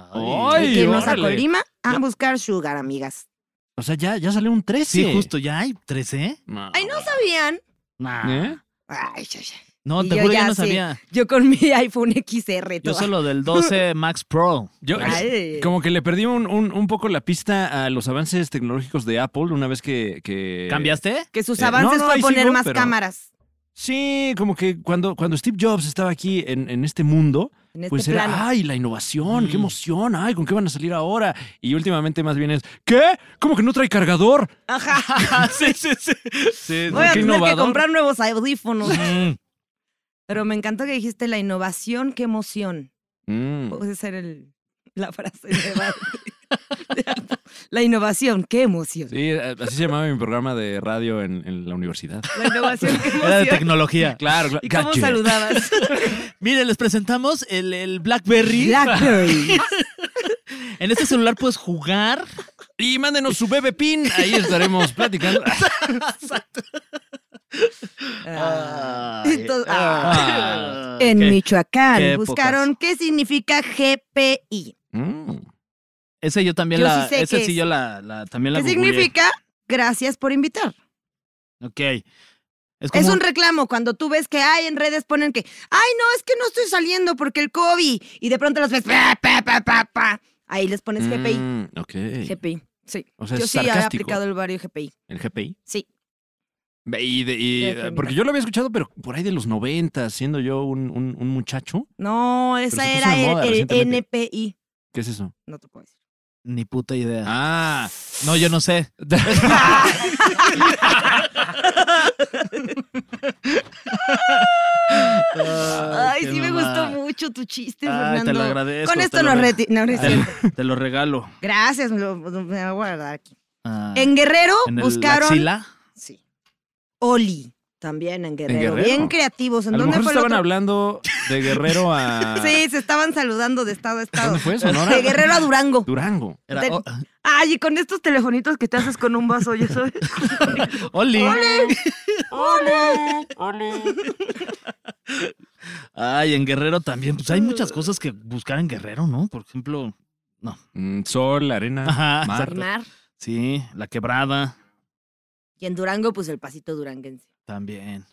D: Ay,
C: Y que nos a
D: órale.
C: Colima a buscar sugar, amigas.
D: O sea, ya, ya salió un 13.
B: Sí, justo, ya hay 13.
D: No.
C: Ay, no sabían.
B: Nah.
D: ¿Eh?
C: Ay, ya, ya.
B: No,
C: Y
B: te
C: yo
B: juro, yo
C: ya
B: no
C: sé.
B: sabía.
C: Yo con mi iPhone XR.
B: Yo
C: toda.
B: solo del 12 Max Pro.
D: Yo,
C: Ay.
D: como que le perdí un, un- un poco la pista a los avances tecnológicos de Apple una vez que... que-
B: ¿Cambiaste?
C: Que sus
D: Eh,
C: avances
D: no, no,
C: fue
D: ahí
C: poner
D: sigo,
C: más
D: pero-
C: cámaras
D: Sí, como que cuando, cuando Steve Jobs estaba aquí en, en este mundo,
C: en este
D: pues era,
C: plano.
D: ay, la innovación, qué
B: Mm.
D: emoción, ay, ¿con qué van a salir ahora? Y últimamente más bien es, ¿qué? ¿Cómo que no trae cargador?
C: Ajá.
B: sí, sí, sí. sí
C: Voy a tener
D: qué
C: que
D: innovador.
C: comprar nuevos audífonos.
B: Mm.
C: Pero me encantó que dijiste la innovación, qué emoción.
D: Mm.
C: Puede ser el, la frase de Barbie. La innovación, qué emoción.
D: Sí, a- así se llamaba mi programa de radio en, en la universidad.
C: La innovación, qué
B: Era de
C: emoción.
B: tecnología.
D: Claro, claro.
C: ¿Y cómo
D: Gadget.
C: saludabas?
B: Mire, les presentamos el, el BlackBerry.
C: Blackberry.
B: En este celular puedes jugar.
D: Y mándenos su bebé pin, ahí estaremos platicando.
C: Ah.
B: Ay,
C: Entonces,
B: ah,
C: En
B: ok.
C: Michoacán
B: qué
C: buscaron qué significa GPI.
D: Mm.
B: Ese yo también
C: Yo
B: la.
C: sí sé
B: ese
C: qué
B: sí
C: es.
B: yo la, la- también la
C: ¿Qué
B: googleé.
C: significa? Gracias por invitar.
B: Ok. Es como.
C: Es un reclamo cuando tú ves que hay en redes ponen que, ay, no, es que no estoy saliendo porque el COVID. Y de pronto los ves, pa, pa, pa, pa, pa. Ahí les pones GPI.
D: Mm, ok.
C: GPI, sí.
D: O sea,
C: Yo
D: es
C: sí había
D: sarcástico.
C: aplicado el barrio GPI.
D: ¿El GPI?
C: Sí.
D: Ve, Y de- y,
C: De
D: eh,
C: femenino.
D: porque yo lo había escuchado, pero por ahí de los 90, siendo yo un, un- un muchacho.
C: No, esa
D: se puso
C: era
D: de moda
C: el, el
D: recientemente.
C: NPI.
D: ¿Qué es eso?
C: No te puedo decir.
B: Ni puta idea.
D: Ah.
B: No, yo no sé.
C: Ay,
B: qué
C: sí me gustó
B: mamada.
C: mucho tu chiste,
B: Ay,
C: Fernando.
B: te lo agradezco.
C: Con
B: te lo
C: esto nos
B: re-
C: reti- no, no es
B: Te,
C: cierto.
B: te lo regalo.
C: Gracias, me lo, me lo voy a guardar aquí.
B: Ah,
C: En Guerrero
B: en el
C: buscaron.
B: axila.
C: Sí. Oli, también en Guerrero.
D: Guerrero?
C: Bien creativos. ¿En
D: a lo
C: dónde
D: mejor
C: fue el
D: estaban
C: otro?
D: hablando de Guerrero a.
C: Sí, se estaban saludando de estado a estado.
D: ¿Dónde fue? ¿Sonora?
C: De Guerrero a Durango.
D: Durango.
B: Era,
C: Te-
B: oh,
C: Ay, y con estos telefonitos que te haces con un vaso, ya sabes.
B: Oli. Ay, en Guerrero también. Pues hay muchas cosas que buscar en Guerrero, ¿no? Por ejemplo,
D: Mm, Sol, arena,
B: Ajá,
D: mar.
B: exacto.
C: Mar.
B: sí, la quebrada
C: Y en Durango, pues el pasito duranguense.
B: también.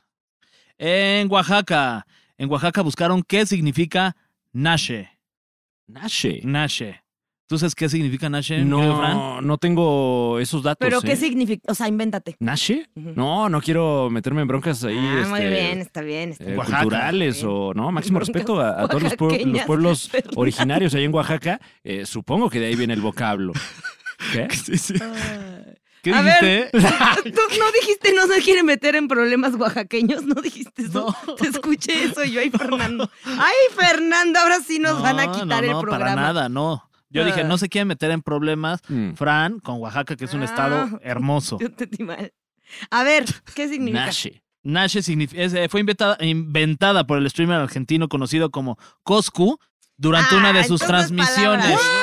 B: En Oaxaca. En Oaxaca buscaron qué significa Nashe.
D: Nashe.
B: Nashe. ¿Tú sabes Mm, qué significa Nashe? mi querido Fran?
D: No, no tengo esos datos.
C: Pero, ¿qué
D: ¿eh?
C: significa? O sea, invéntate.
D: ¿Nashe?
C: Ujú.
D: No, no quiero meterme en broncas ahí.
C: ah, muy
D: este,
C: bien, está bien. Está
D: eh,
C: bien.
B: Oaxaca.
D: culturales
C: Bien.
D: o no, máximo
C: Broncas
D: respeto a, a todos los, pue- los
C: oaxaqueñas,
D: pueblos
C: ¿verdad?
D: originarios ahí en Oaxaca. Eh, supongo que de ahí viene el vocablo. ¿Qué?
B: Sí, sí. ¿Qué
C: A
B: dijiste?
C: ver, ¿tú no dijiste no se quiere meter en problemas oaxaqueños? ¿No dijiste eso? Te escuché eso y yo, ay, Fernando. Ay, Fernando, ahora sí nos van a
B: No,
C: quitar
B: no,
C: el
B: no,
C: programa.
B: Para nada, no. Yo dije, no se quieren meter en problemas,
D: Mm.
B: Fran, con Oaxaca, que es un estado
C: Ah.
B: hermoso.
C: Yo te di mal. A ver, ¿qué significa?
D: Nashe.
B: Nashe signifi- es, eh, fue inventada, inventada por el streamer argentino conocido como Coscu durante
C: Ah,
B: una de sus
C: entonces
B: transmisiones.
C: palabras.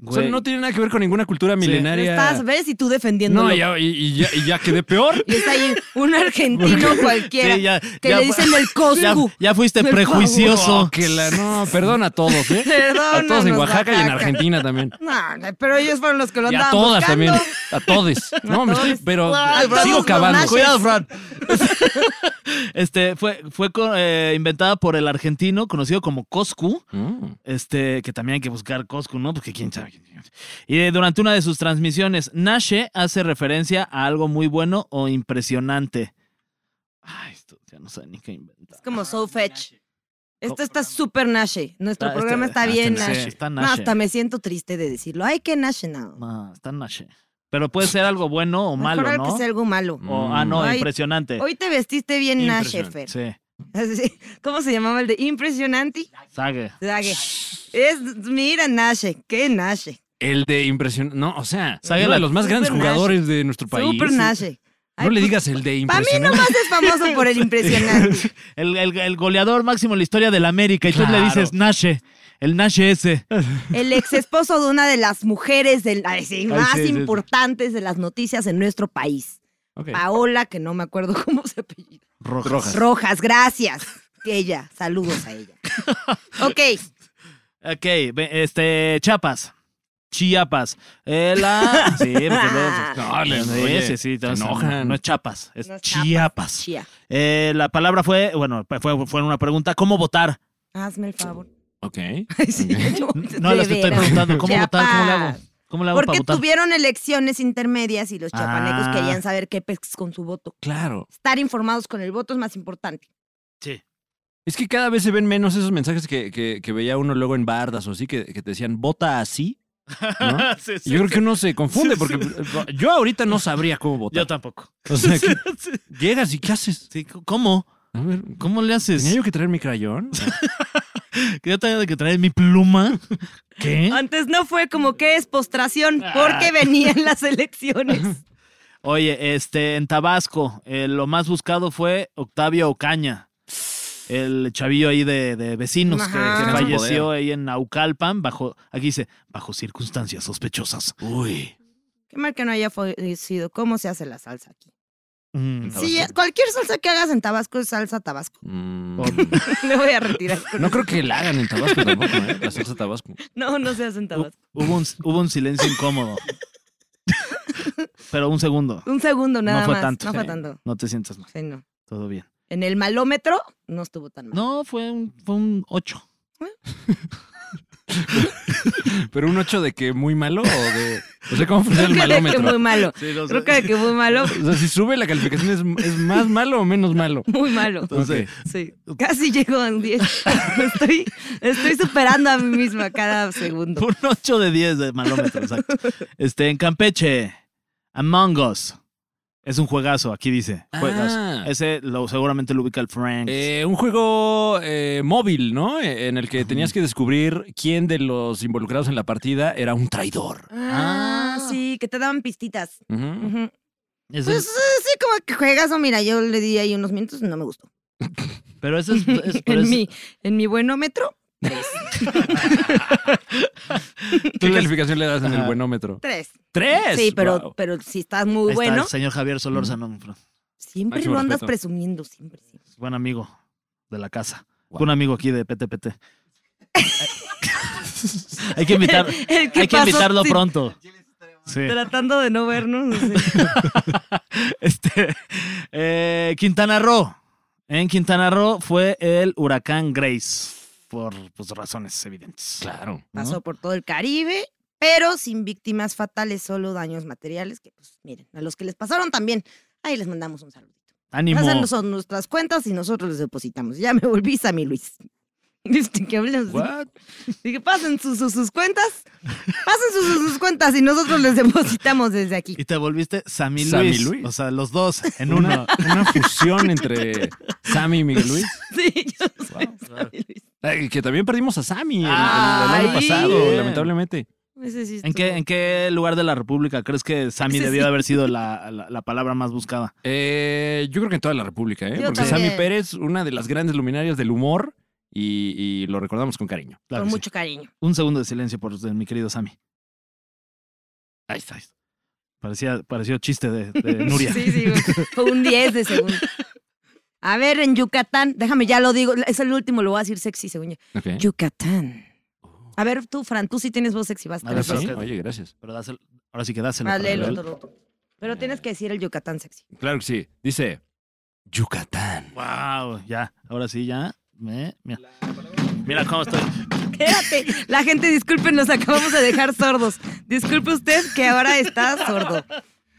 D: O sea,
B: Güey.
D: no tiene nada que ver con ninguna cultura milenaria.
C: Estás, ves, y tú defendiendo.
D: no, ya- y, y ya, y ya quedé peor.
C: Y está ahí un argentino cualquiera
B: Sí, ya-
C: que
B: ya
C: le
B: fu-
C: dicen el
B: ya,
C: Coscu.
B: ya fuiste
C: Del
B: prejuicioso.
D: No, Oh, que la- no, perdón a todos, ¿eh? A todos en
C: Perdónanos,
D: Oaxaca y en
C: Oaxaca.
D: Argentina también.
C: No, pero ellos fueron los que lo
D: Y a
C: andaban
D: todas
C: buscando.
D: también. A todos. No, me estoy,
C: todos.
D: pero
C: A todos
D: sigo
C: los
D: cavando.
C: nazis. Cuidado,
D: Fran.
B: Este fue, fue co- eh, inventada por el argentino conocido como Coscu. Este, que también hay que buscar Coscu, ¿no? Porque quién sabe. Y eh, durante una de sus transmisiones, Nashe hace referencia a algo muy bueno o impresionante. Ay, esto ya no sé ni qué inventar.
C: Es como So Fetch. Esto está súper nashe. Nuestro
B: Está-
C: programa
B: Ah, está-
C: está,
B: está
C: bien
B: nashe,
C: nashe.
B: está
C: No,
B: nashe.
C: hasta me siento triste de decirlo. Ay, qué nashe, no.
B: No, está Nashe. Pero puede ser algo bueno o malo,
C: Mejor
B: ¿no?
C: que sea algo malo.
B: O- ah, no,
C: Ay,
B: impresionante.
C: Hoy te vestiste bien nashe, Fer.
B: Sí,
C: Así, ¿Cómo se llamaba el de impresionante?
B: sague.
C: Dague. Es, mira, nashe. Qué nashe.
D: El de impresionante. No, o sea,
B: Sabe
D: uno
B: la-
D: de los más grandes
C: Super
D: jugadores de nuestro país.
C: Súper nashe.
D: No le digas el de
C: Para pues, mí
D: impresionante.
C: nomás es famoso por el impresionante.
B: El, el- el goleador máximo en la historia del América. Y tú le
D: Claro.
B: dices Nashe. El Nashe ese.
C: El ex esposo de una de las mujeres del- ay, sí, más
B: sí, sí, sí.
C: importantes de las noticias en nuestro país.
D: Ok.
C: Paola, que no me acuerdo cómo se apellida.
B: Rojas.
D: Rojas.
C: Rojas, gracias. Ella, saludos a ella. Ok,
B: Ok, ve- este, Chiapas. Chiapas. Eh, la... Sí, porque luego-
D: No, les-
B: Sí,
D: oye,
B: sí, sí,
D: se
B: entonces,
D: enojan.
B: No es Chiapas, es
C: No es Chiapas.
B: Chiapas.
C: chía,
B: Eh, la palabra fue, bueno, fue, fue una pregunta, ¿cómo votar?
C: hazme el favor.
D: Ok.
C: Ay, sí, yo-
B: No,
C: de
B: las que estoy
C: veras.
B: preguntando, ¿cómo votar? ¿Cómo le hago?
C: Chiapas.
B: ¿Cómo le hago
C: Porque
B: para votar?
C: tuvieron elecciones intermedias y los chapanecos
B: Ah.
C: querían saber qué pez con su voto.
D: Claro.
C: Estar informados con el voto es más importante.
B: Sí.
D: Es que cada vez se ven menos esos mensajes que, que- que veía uno luego en bardas o así, que, que te decían, vota así. ¿no?
B: Sí, sí,
D: Yo creo
B: sí.
D: que uno se confunde
B: Sí,
D: porque eh, yo ahorita no sabría cómo
B: Yo
D: votar.
B: tampoco.
D: O sea, que
B: Sí,
D: llegas y ¿qué haces?
B: sí, ¿Cómo?
D: A ver, ¿Eh?
B: ¿Cómo le
D: ¿tenía
B: haces?
D: yo que traer mi crayón?
B: Que yo tenía que traer mi pluma. ¿Qué?
C: Antes no fue como que es postración,
B: Ah.
C: porque venían las elecciones.
B: Oye, este, en Tabasco, eh, lo más buscado fue Octavio Ocaña, el chavillo ahí de, de vecinos que,
C: Ajá.
B: que
C: Mucho
B: falleció ahí en Naucalpan, bajo, aquí dice, bajo circunstancias sospechosas.
D: Uy.
C: Qué mal que no haya fallecido. ¿Cómo se hace la salsa aquí?
B: Mm,
D: Tabasco.
C: Sí, cualquier salsa que hagas en Tabasco es salsa Tabasco.
D: Mm.
C: Me voy a retirar.
D: No creo que la hagan en Tabasco tampoco, ¿eh? La salsa Tabasco.
C: No, no se hace
B: Uh.
C: en Tabasco.
B: hubo, un, hubo un silencio incómodo. Pero un segundo.
C: Un segundo nada
B: no fue
C: más.
B: tanto.
C: no fue
B: Sí.
C: tanto.
B: No te sientas mal.
C: Sí, no.
B: Todo bien.
C: En el malómetro no estuvo tan mal.
B: No, fue un, fue un 8.
D: ¿Pero un 8 de que muy malo o de...? O sea, ¿cómo funciona
C: creo
D: el
C: que de que muy
D: malómetro?
C: malo.
B: Sí, no sé.
C: Creo que de que muy malo,
D: O sea, si sube la calificación, ¿es, es más malo o menos malo?
C: muy malo.
D: Entonces,
C: Sí. Casi llego a un 10. Estoy, estoy superando a mí misma cada segundo.
B: Un 8 de 10 de malómetro, exacto. Este, en Campeche, Among Us. Es un juegazo, aquí dice. Juegazo.
D: Ah.
B: Ese lo, seguramente lo ubica el Frank.
D: eh, un juego eh, móvil, ¿no? Eh, En el que tenías que descubrir quién de los involucrados en la partida era un traidor.
C: Ah, sí, que te daban pistitas.
D: Ujú.
C: Ujú.
B: Ese
C: Pues
B: es-
C: eh, sí, como que juegas o mira, yo le di ahí unos minutos, no me gustó.
B: pero ese es. es- pero
C: pues, en,
B: es-
C: mi, en mi buenómetro,
D: ¿Qué calificación le das en el
B: Ajá.
D: buenómetro?
C: tres.
D: ¡Tres!
C: Sí, pero,
D: Wow.
C: pero si estás
B: ahí
C: muy
B: está
C: bueno,
B: el señor Javier Solórzano, mi Fran.
C: siempre
D: Máximo
C: lo andas
D: respeto.
C: presumiendo, siempre, siempre.
B: buen amigo de la casa. Con un amigo aquí de PTPT. hay que invitar,
C: El que
B: hay que
C: pasó
B: invitarlo
C: sin-
B: pronto. Sí.
C: Tratando de no vernos. así.
B: Este, eh, Quintana Roo. En Quintana Roo fue el huracán Grace, por pues, razones evidentes.
D: Claro.
C: Pasó por todo el Caribe, pero sin víctimas fatales, solo daños materiales, que pues miren, a los que les pasaron también, ahí les mandamos un saludito.
B: Ánimo.
C: Pásanos a nuestras cuentas y nosotros les depositamos. Ya me volví Sammy Luis. ¿Viste que hablan así?
D: What?
C: Dije, pasen sus, sus, sus cuentas, pasen sus, sus, sus cuentas y nosotros les depositamos desde aquí.
B: Y te volviste Sammy Luis.
D: Sammy Luis.
B: O sea, los dos en uno.
D: Una, una fusión entre Sammy y Miguel Luis.
C: Sí, yo soy Sammy Luis.
D: Ay, que también perdimos a Sammy el, el- el año
C: Ay.
D: pasado, lamentablemente.
C: Ese sí
B: ¿En qué,
C: estuvo.
B: ¿En qué lugar de la República crees que Sammy
C: Ese
B: debió
C: sí.
B: haber sido la, la- la palabra más buscada?
D: Eh, yo creo que en toda la República, ¿eh?
C: Yo
D: Porque
C: también.
D: Sammy Pérez, una de las grandes luminarias del humor, y, y lo recordamos con cariño.
B: Claro
C: Con
B: que sí.
C: mucho cariño.
B: Un segundo de silencio por de mi querido Sammy. Ahí está. ahí está. Parecía, pareció chiste de, de Nuria.
C: Sí, sí, fue un 10 de segundo. A ver, en Yucatán, déjame, ya lo digo, es el último, lo voy a decir sexy según yo.
D: Ok.
C: Yucatán. A ver, tú, Fran, tú sí tienes voz sexy, vas
B: A ver,
D: Oh. ¿Ah, ¿Sí?
B: pero-
D: Oye, gracias.
B: Pero dáselo- ahora sí que dáselo.
C: Más
B: para
C: léelo,
B: ver.
C: Toro, tú. Pero tienes que decir el Yucatán sexy.
D: Claro que sí. Dice Yucatán.
B: Wow, ya, ahora sí, ya. me- mira. Mira cómo estoy.
C: Espérate, la gente, disculpen, nos acabamos de dejar sordos. Disculpe usted que ahora está sordo.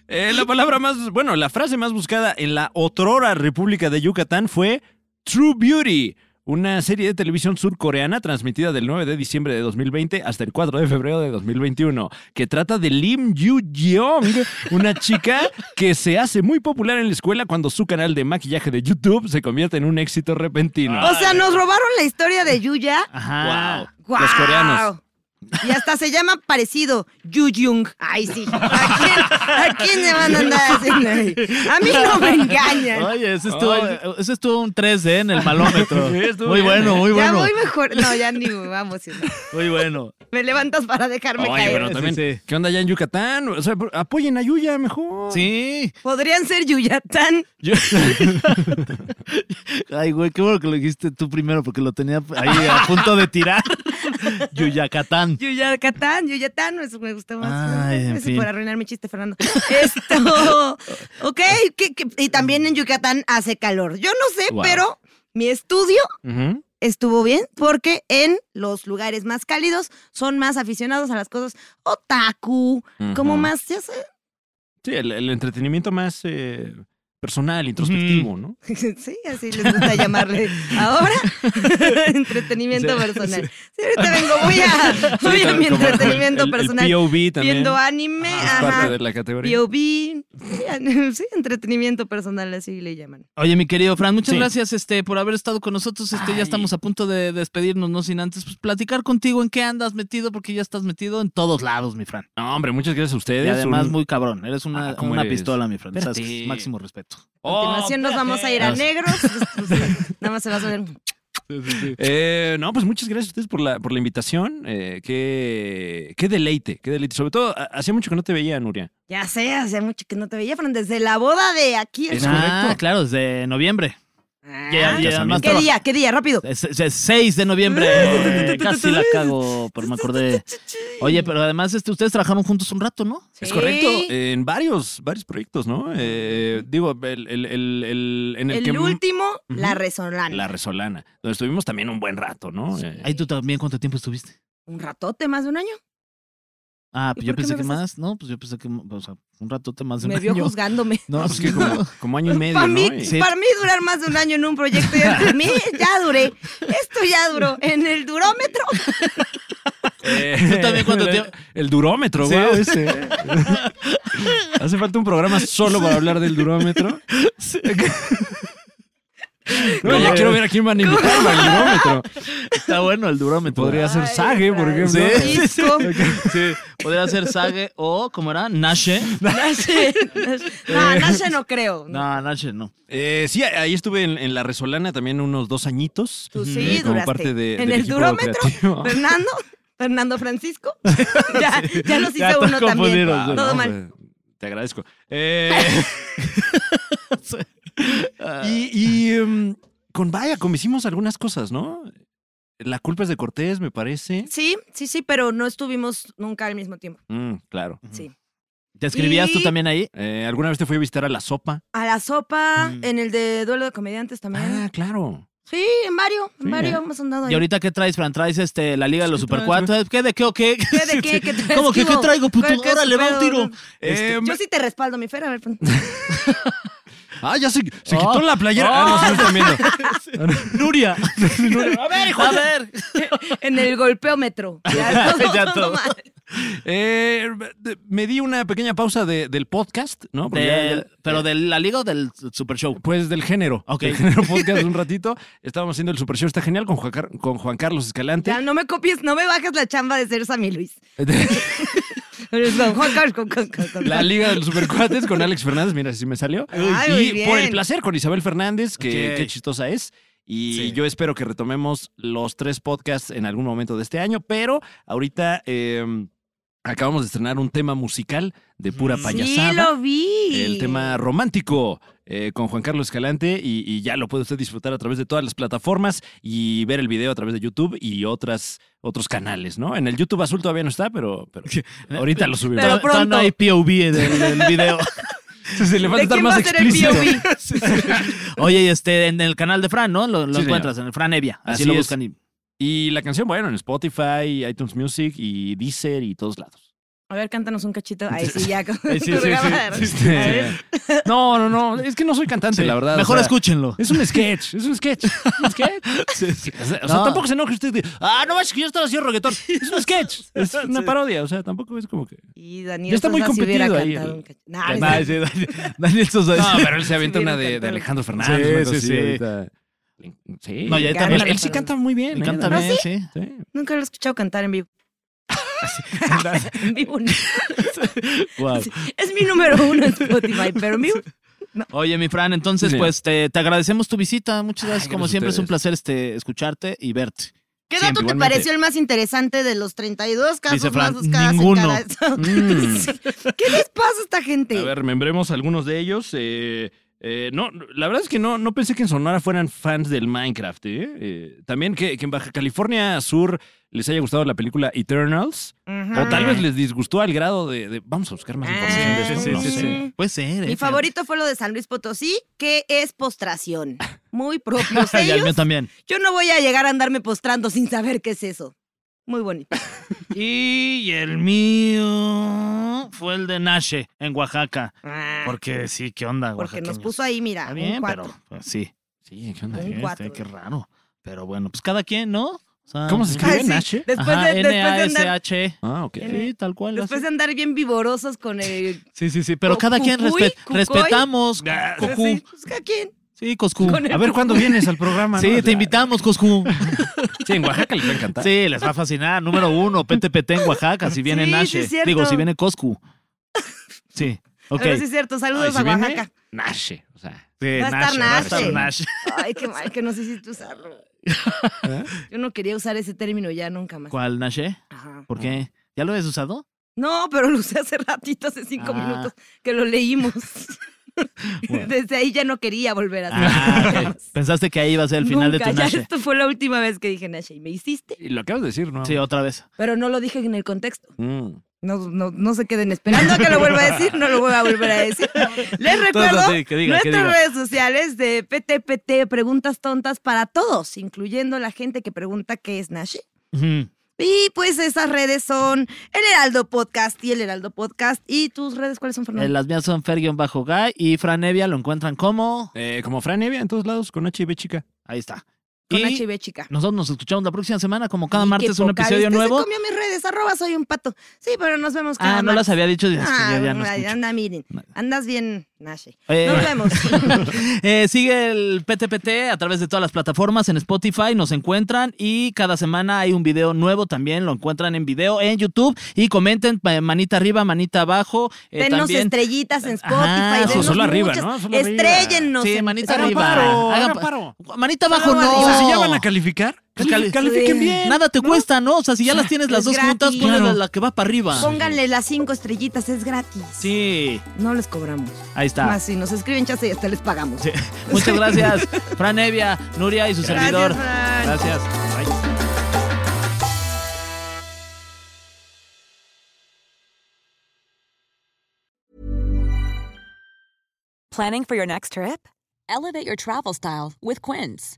D: Eh, la palabra más, bueno, la frase más buscada en la otrora República de Yucatán fue True Beauty, una serie de televisión surcoreana transmitida del 9 de diciembre de 2020 hasta el 4 de febrero de 2021, que trata de Lim Yu Jeong, una chica que se hace muy popular en la escuela cuando su canal de maquillaje de YouTube se convierte en un éxito repentino.
B: Ah,
C: O sea, nos robaron la historia de Yuya.
B: Ajá.
C: ¡Guau!
D: Los coreanos.
C: Y hasta se llama parecido, Yu Jung. Ay, sí. ¿A quién, a quién le van a andar haciendo ahí? A mí no me engañan.
B: Oye, ese estuvo,
D: Ay.
B: ese estuvo un 3D en el palómetro.
D: Sí, estuvo
B: muy
D: bien,
B: bueno, muy
C: ya
B: bueno.
C: voy mejor. No, ya ni me va a emocionar.
B: Muy bueno.
C: Me levantas para dejarme
D: Oye,
C: caer.
D: pero también,
B: Sí, sí.
D: ¿qué onda allá en Yucatán? O sea, apoyen a Yuya mejor.
B: Sí.
C: Podrían ser Yuyatán.
B: Yo- Ay, güey, qué bueno que lo dijiste tú primero porque lo tenía ahí a punto de tirar. Yuyacatán.
C: Yuyacatán, Yuyatán, eso me gusta más.
B: Ay, en
C: eso
B: fin.
C: por arruinar mi chiste, Fernando. Esto. Ok, que- que- y también en Yucatán hace calor. Yo no sé,
D: Wow.
C: pero mi estudio
D: Ujú.
C: estuvo bien porque en los lugares más cálidos son más aficionados a las cosas otaku, como
D: Ujú.
C: más, ya sé,
D: Sí, el, el entretenimiento más eh, personal, introspectivo, ¿no?
C: sí, así les gusta llamarle ahora, entretenimiento personal. Sí, ahorita vengo, voy a, voy a mi
D: Como
C: entretenimiento
D: el- el-
C: personal.
D: El POV también.
C: Viendo anime,
D: es
C: ajá.
D: parte de la categoría.
C: POV, sí, an- sí, entretenimiento personal, así le llaman.
B: Oye, mi querido Fran, muchas
D: Sí.
B: gracias este, por haber estado con nosotros. Este, ya
D: Ay.
B: estamos a punto de despedirnos, no sin antes pues, platicar contigo en qué andas metido, porque ya estás metido en todos lados, mi Fran.
D: No, hombre, muchas gracias a
B: Y
D: ustedes.
B: además,
D: Un-
B: muy cabrón. Eres una,
D: Ah, ¿cómo
B: una
D: eres?
B: pistola, mi Fran. Sabes que es
D: Espérate.
B: máximo respeto.
C: A continuación
D: ¡Oh,
C: nos vamos a ir a
B: Gracias.
C: negros. pues, Nada más se va a hacer.
D: Eh, no, pues muchas gracias a ustedes por la, por la invitación. Eh, qué, qué deleite, qué deleite. Sobre todo, ha- hacía mucho que no te veía, Nuria.
C: Ya sé, hace mucho que no te veía, Fran, desde la boda de aquí.
D: Es
B: ah,
D: correcto.
B: claro, desde noviembre.
C: Ah,
B: Ya- ya, además
C: ¿Qué
B: traba-
C: día? ¿Qué día? Rápido.
B: Es- es- es 6 de noviembre. Eh, Casi la cago, pero me acordé. Oye, pero además este, ustedes trabajaron juntos un rato, ¿no?
D: Es
C: Sí.
D: correcto. En varios, varios proyectos, ¿no? Eh, digo, el, el- el- el- en el,
C: El
D: que.
C: último, la
D: Ujú.
C: resolana.
D: La Resolana, donde estuvimos también un buen rato, ¿no? Eh,
B: Ahí tú también, ¿cuánto tiempo estuviste?
C: Un ratote, más de un año.
B: Ah,
C: ¿Y
B: pues yo
C: por qué
B: pensé
C: me
B: que
C: besas?
B: más. No, pues yo pensé que o sea, un ratote más de un
C: Me vio
B: año.
C: juzgándome.
B: No,
D: pues
B: sí,
D: que
B: no.
D: como, como año y medio,
C: Para
D: ¿no?
C: mí,
D: Y-
B: Sí.
C: para mí durar más de un año en un proyecto, ya, a mí ya duré. Esto ya duró. En el durómetro
D: Eh,
B: Yo también cuando
D: el,
B: te-
D: el durómetro,
B: Sí.
D: guau, ese. Hace falta un programa solo para hablar del durómetro. No, ya quiero ver a quién van a invitar al durómetro.
B: Está bueno el durómetro. Ah,
D: Podría ser
C: Ay,
D: Sage, por ejemplo.
C: Francisco.
B: Sí, sí,
C: Disco.
B: Sí, podría ser Sage o, ¿cómo era? Nashe.
C: Nache. No, Nache no creo.
B: No, Nashe no.
D: Eh, sí, ahí estuve en, en la Resolana también unos dos añitos.
C: Tú
D: eh,
C: sí
D: como
C: duraste.
D: parte de,
C: en
D: del
C: el
D: equipo
C: durómetro,
D: creativo.
C: Fernando, Fernando Francisco. Ya, ya los hice
B: Ya
C: uno
B: todos
C: también.
B: confundieron, sí.
D: Ah,
C: Todo
D: no,
C: mal.
D: pues, Te agradezco. Eh, y y, em, con vaya, hicimos algunas cosas, ¿no? La culpa es de Cortés, me parece.
C: Sí, sí, sí, pero no estuvimos nunca al mismo tiempo.
D: Mm, claro.
C: Sí.
B: ¿Te escribías tú
C: Y-
B: también ahí?
D: Eh, ¿Alguna vez te fui a visitar a la sopa?
C: A la sopa,
B: Mm.
C: en el de duelo de comediantes también.
D: Ah, claro.
C: Sí, en Mario, en
D: Sí,
C: Mario
D: ¿eh?
C: hemos andado ahí.
B: ¿Y ahorita qué traes, Fran? ¿Traes este, la Liga de los
D: ¿Qué traes,
B: Supercuatros? ¿Qué? ¿De qué o qué?
C: ¿Qué, de qué? ¿Qué traes,
B: ¿Cómo que qué
C: Kibo?
B: traigo, puto?
C: ¿Cuál- qué es tu
B: Órale, va un
C: pedo?
B: tiro.
D: Este,
B: Eh,
C: Yo sí te respaldo, mi Fer. A ver, pon-
D: Ah, ya se, se
B: Oh.
D: quitó la playera.
B: Oh.
D: Ah, no, se me está viendo.
B: Nuria. A ver, hijo. A ver.
C: en el golpeómetro. Ya todo,
B: Ya
C: todo
B: todo.
C: mal.
D: Eh, me di una pequeña pausa de- del podcast, ¿no? Porque pues ya-
B: Del- ¿Pero de la Liga o del Super Show?
D: Pues del género.
B: Ok.
D: Del género podcast un ratito. Estábamos haciendo el Super Show, está genial, con Juan, Car- con Juan Carlos Escalante.
C: Ya no me copies, no me bajes la chamba de ser Sammy Luis. Perdón, Juan Carlos, con- con- con- con-
D: La Liga de los Supercuates con Alex Fernández, mira si me salió.
C: Ay, muy
D: y
C: bien.
D: por el placer con Isabel Fernández, que
B: Ok.
D: qué chistosa es. Y
B: Sí.
D: yo espero que retomemos los tres podcasts en algún momento de este año, pero ahorita eh, acabamos de estrenar un tema musical de pura
B: Sí,
D: payasada.
C: Sí, lo vi.
D: El tema romántico eh, con Juan Carlos Escalante y, y ya lo puede usted disfrutar a través de todas las plataformas y ver el video a través de YouTube y otras, otros canales, ¿no? En el YouTube azul todavía no está, pero, pero ahorita lo subimos.
C: Pero
B: Todavía- todavía
C: pronto.
B: no hay POV del, del video.
D: Sí, sí, le falta
C: ¿De
D: estar
C: quién
D: más
C: va a ser el
D: explícito.
C: POV?
B: Oye, y este, en el canal de Fran, ¿no? Lo, lo
D: Sí,
B: encuentras, en el Fran Evia. Así,
D: Así
B: lo
D: es.
B: buscan. y-
D: Y la canción, bueno, en Spotify, iTunes Music y Deezer y todos lados.
C: A ver, cántanos un cachito. Ahí sí, ya. con-
B: Ay, sí, sí, sí.
C: A ver.
D: Este, No, no, no, es que no soy cantante,
B: Sí,
D: la verdad. o
B: Mejor
D: sea,
B: escúchenlo.
D: Es un sketch, es un sketch. es un sketch. O sea, o sea,
B: No.
D: tampoco se enoje usted de, ah, no es que yo estaba haciendo reggaetón. Es un sketch, es una parodia, o sea, tampoco es como que.
C: Y Daniel
D: Ya está muy
C: Sosa sí hubiera
D: competido ahí.
C: cantado un cacho- Nah,
D: Nah,
C: ¿verdad?
B: Ay, sí, Daniel, Daniel Sosa.
D: No, pero él se avienta
C: Sí,
D: una
C: bien
D: de, de
C: cantado.
D: Alejandro Fernández.
B: Sí,
D: una cosa
B: sí,
D: así,
B: sí.
D: ahorita. Sí.
B: No, ya
D: él,
B: está
D: él
C: bien.
D: sí canta muy
B: Me
D: bien. ¿eh?
B: encanta
D: La
B: bien,
D: verdad.
B: sí.
D: Sí.
C: Nunca lo he escuchado cantar en vivo.
D: Ah,
C: en vivo. no.
B: Guau.
C: Es mi número uno en Spotify, pero en vivo.
B: Oye, mi Fran, entonces,
D: Sí.
B: pues te, te agradecemos tu visita. Muchas gracias.
D: Ay,
B: Como
D: gracias a
B: siempre, es un
D: ustedes.
B: placer este, escucharte y verte.
C: ¿Qué
D: Siempre,
C: dato te
D: igualmente.
C: pareció el más interesante de los 32 casos
B: Dice Fran,
C: más buscadas
B: ninguno.
C: en cada ¿Qué les pasa a esta gente?
D: A ver, remembremos algunos de ellos. eh, eh, no, la verdad es que no, no pensé que en Sonora fueran fans del Minecraft. ¿eh? Eh, también que, que en Baja California Sur les haya gustado la película Eternals.
C: Ujú.
D: O
B: Ah.
D: tal vez les disgustó al grado de, de- vamos a buscar más información de eso.
C: Sí,
D: no
C: sí,
D: sé.
C: sí.
B: Puede ser.
C: Mi
B: eh,
C: favorito fue lo de San Luis Potosí, que es postración. Muy propio
B: fíjate. Y el mío
C: ellos.
B: también.
C: Yo no voy a llegar a andarme postrando sin saber qué es eso. Muy bonito.
B: Y el mío fue el de Nashe en Oaxaca.
C: Ah,
B: Porque sí, ¿qué onda?
C: porque nos
B: oaxaqueños?
C: puso ahí, mira,
B: Está
C: un
B: bien,
C: cuatro.
B: pero pues, sí.
D: Sí, ¿qué onda?
C: Un
B: Sí, está
C: cuatro.
B: Qué raro. Pero bueno, pues cada quien, ¿no? O sea,
D: ¿Cómo se
C: Ay,
D: escribe?
C: sí.
D: ¿Nache?
C: Después,
B: Ajá,
C: de, después de andar,
B: NASH.
D: Ah, ok.
B: Sí, tal cual.
C: después
B: así.
C: de andar bien vivorosos con el...
B: Sí, sí, sí. Pero
C: Co-
B: cada quien
C: cucuy,
B: respe-
C: cucoy.
B: respetamos.
D: Ah,
B: Coscu.
C: Sí, pues, ¿a quién?
B: Sí, Coscu.
C: Con el-
D: A ver, ¿cuándo vienes al programa?
B: Sí,
D: no?
B: te invitamos, Coscu.
D: Sí, en Oaxaca les va a encantar.
B: Sí, les va a fascinar. Número uno, PTPT en Oaxaca, si viene
C: Sí, sí,
B: Nashe.
C: es cierto.
B: Digo, si viene Coscu. Sí, ok.
C: Pero sí es cierto,
D: Ay,
C: saludos
D: si
C: a
D: viene,
C: Oaxaca.
D: Nache. O sea,
B: Sí,
C: va a
B: Nashe,
C: estar
B: va a estar
C: Nashe.
B: Nashe.
C: Ay, qué mal, que no sé si tú usarlo.
B: ¿Eh?
C: Yo no quería usar ese término ya nunca más.
B: ¿Cuál Nashe?
C: Ajá.
B: ¿Por qué? ¿Ya lo habías usado?
C: No, pero lo usé hace ratito, hace
B: Ah.
C: cinco minutos, que lo leímos. Desde ahí ya no quería volver a
B: Ah,
C: hacer.
B: ok. Pensaste que ahí iba a ser el final
C: Nunca,
B: de tu
C: ya
B: Nashe.
C: esto fue la última vez que dije Nashe y me hiciste.
D: y lo acabas de decir, ¿no?
B: Sí, otra vez.
C: Pero no lo dije en el contexto.
D: Mm.
C: No, no, no se queden esperando a que lo vuelva a decir, no lo voy a volver a decir. Les recuerdo
B: así, que diga, que
C: nuestras
B: diga.
C: redes sociales de PTPT, preguntas tontas para todos, incluyendo la gente que pregunta qué es Nashe.
B: Ujú.
C: Y pues esas redes son El Heraldo Podcast y El Heraldo Podcast. ¿Y tus redes cuáles son,
B: Eh,
C: Fernando?
B: Las mías son Fer-Bajo Guy y Fran Evia lo encuentran como.
D: Eh, como Fran Evia en todos lados, con H y B chica.
B: Ahí está.
C: Con
B: y
C: HB E chica.
B: Nosotros nos escuchamos la próxima semana, como cada
C: Y qué
B: martes, un
C: poca
B: episodio
C: vista
B: nuevo.
C: Se comió mis redes, arroba soy un pato. Sí, pero nos vemos cada
B: Ah, no las
C: martes.
B: había dicho. es que yo ya no
C: Ah,
B: escucho.
C: anda, miren.
B: No.
C: Andas bien, Nashe.
B: Eh.
C: Nos vemos.
B: Eh, sigue el PTPT a través de todas las plataformas en Spotify, nos encuentran y cada semana hay un video nuevo también, lo encuentran en video en YouTube y comenten eh, manita arriba, manita abajo, eh,
C: Denos
B: también
C: estrellitas en Spotify.
B: Ajá,
C: denos
D: eso, solo arriba,
C: muchas.
D: ¿no? Solo arriba.
C: Estréllennos.
B: Sí,
C: en-
B: manita
C: Hagan
B: arriba.
C: paro.
B: Hagan
D: hagan
B: pa-
D: paro.
B: manita abajo no.
C: Solo arriba.
D: O sea, si ya van a calificar,
B: Pues cali-
D: Califiquen
C: Sí.
D: bien.
B: Nada te cuesta, ¿no? O sea, si ya las tienes las
C: es
B: dos juntas,
C: gratis.
B: ponle la-
C: Claro.
B: la que va para arriba.
C: Pónganle las cinco estrellitas, es gratis.
B: Sí, Ah.
C: No les cobramos.
B: ahí está.
C: Más si nos escriben chance y hasta les pagamos.
B: Muchas gracias, Fran Evia, Nuria y su servidor.
C: Fran.
B: Gracias. Bye.
E: Planning for your next trip?
F: Elevate your travel style with Quince.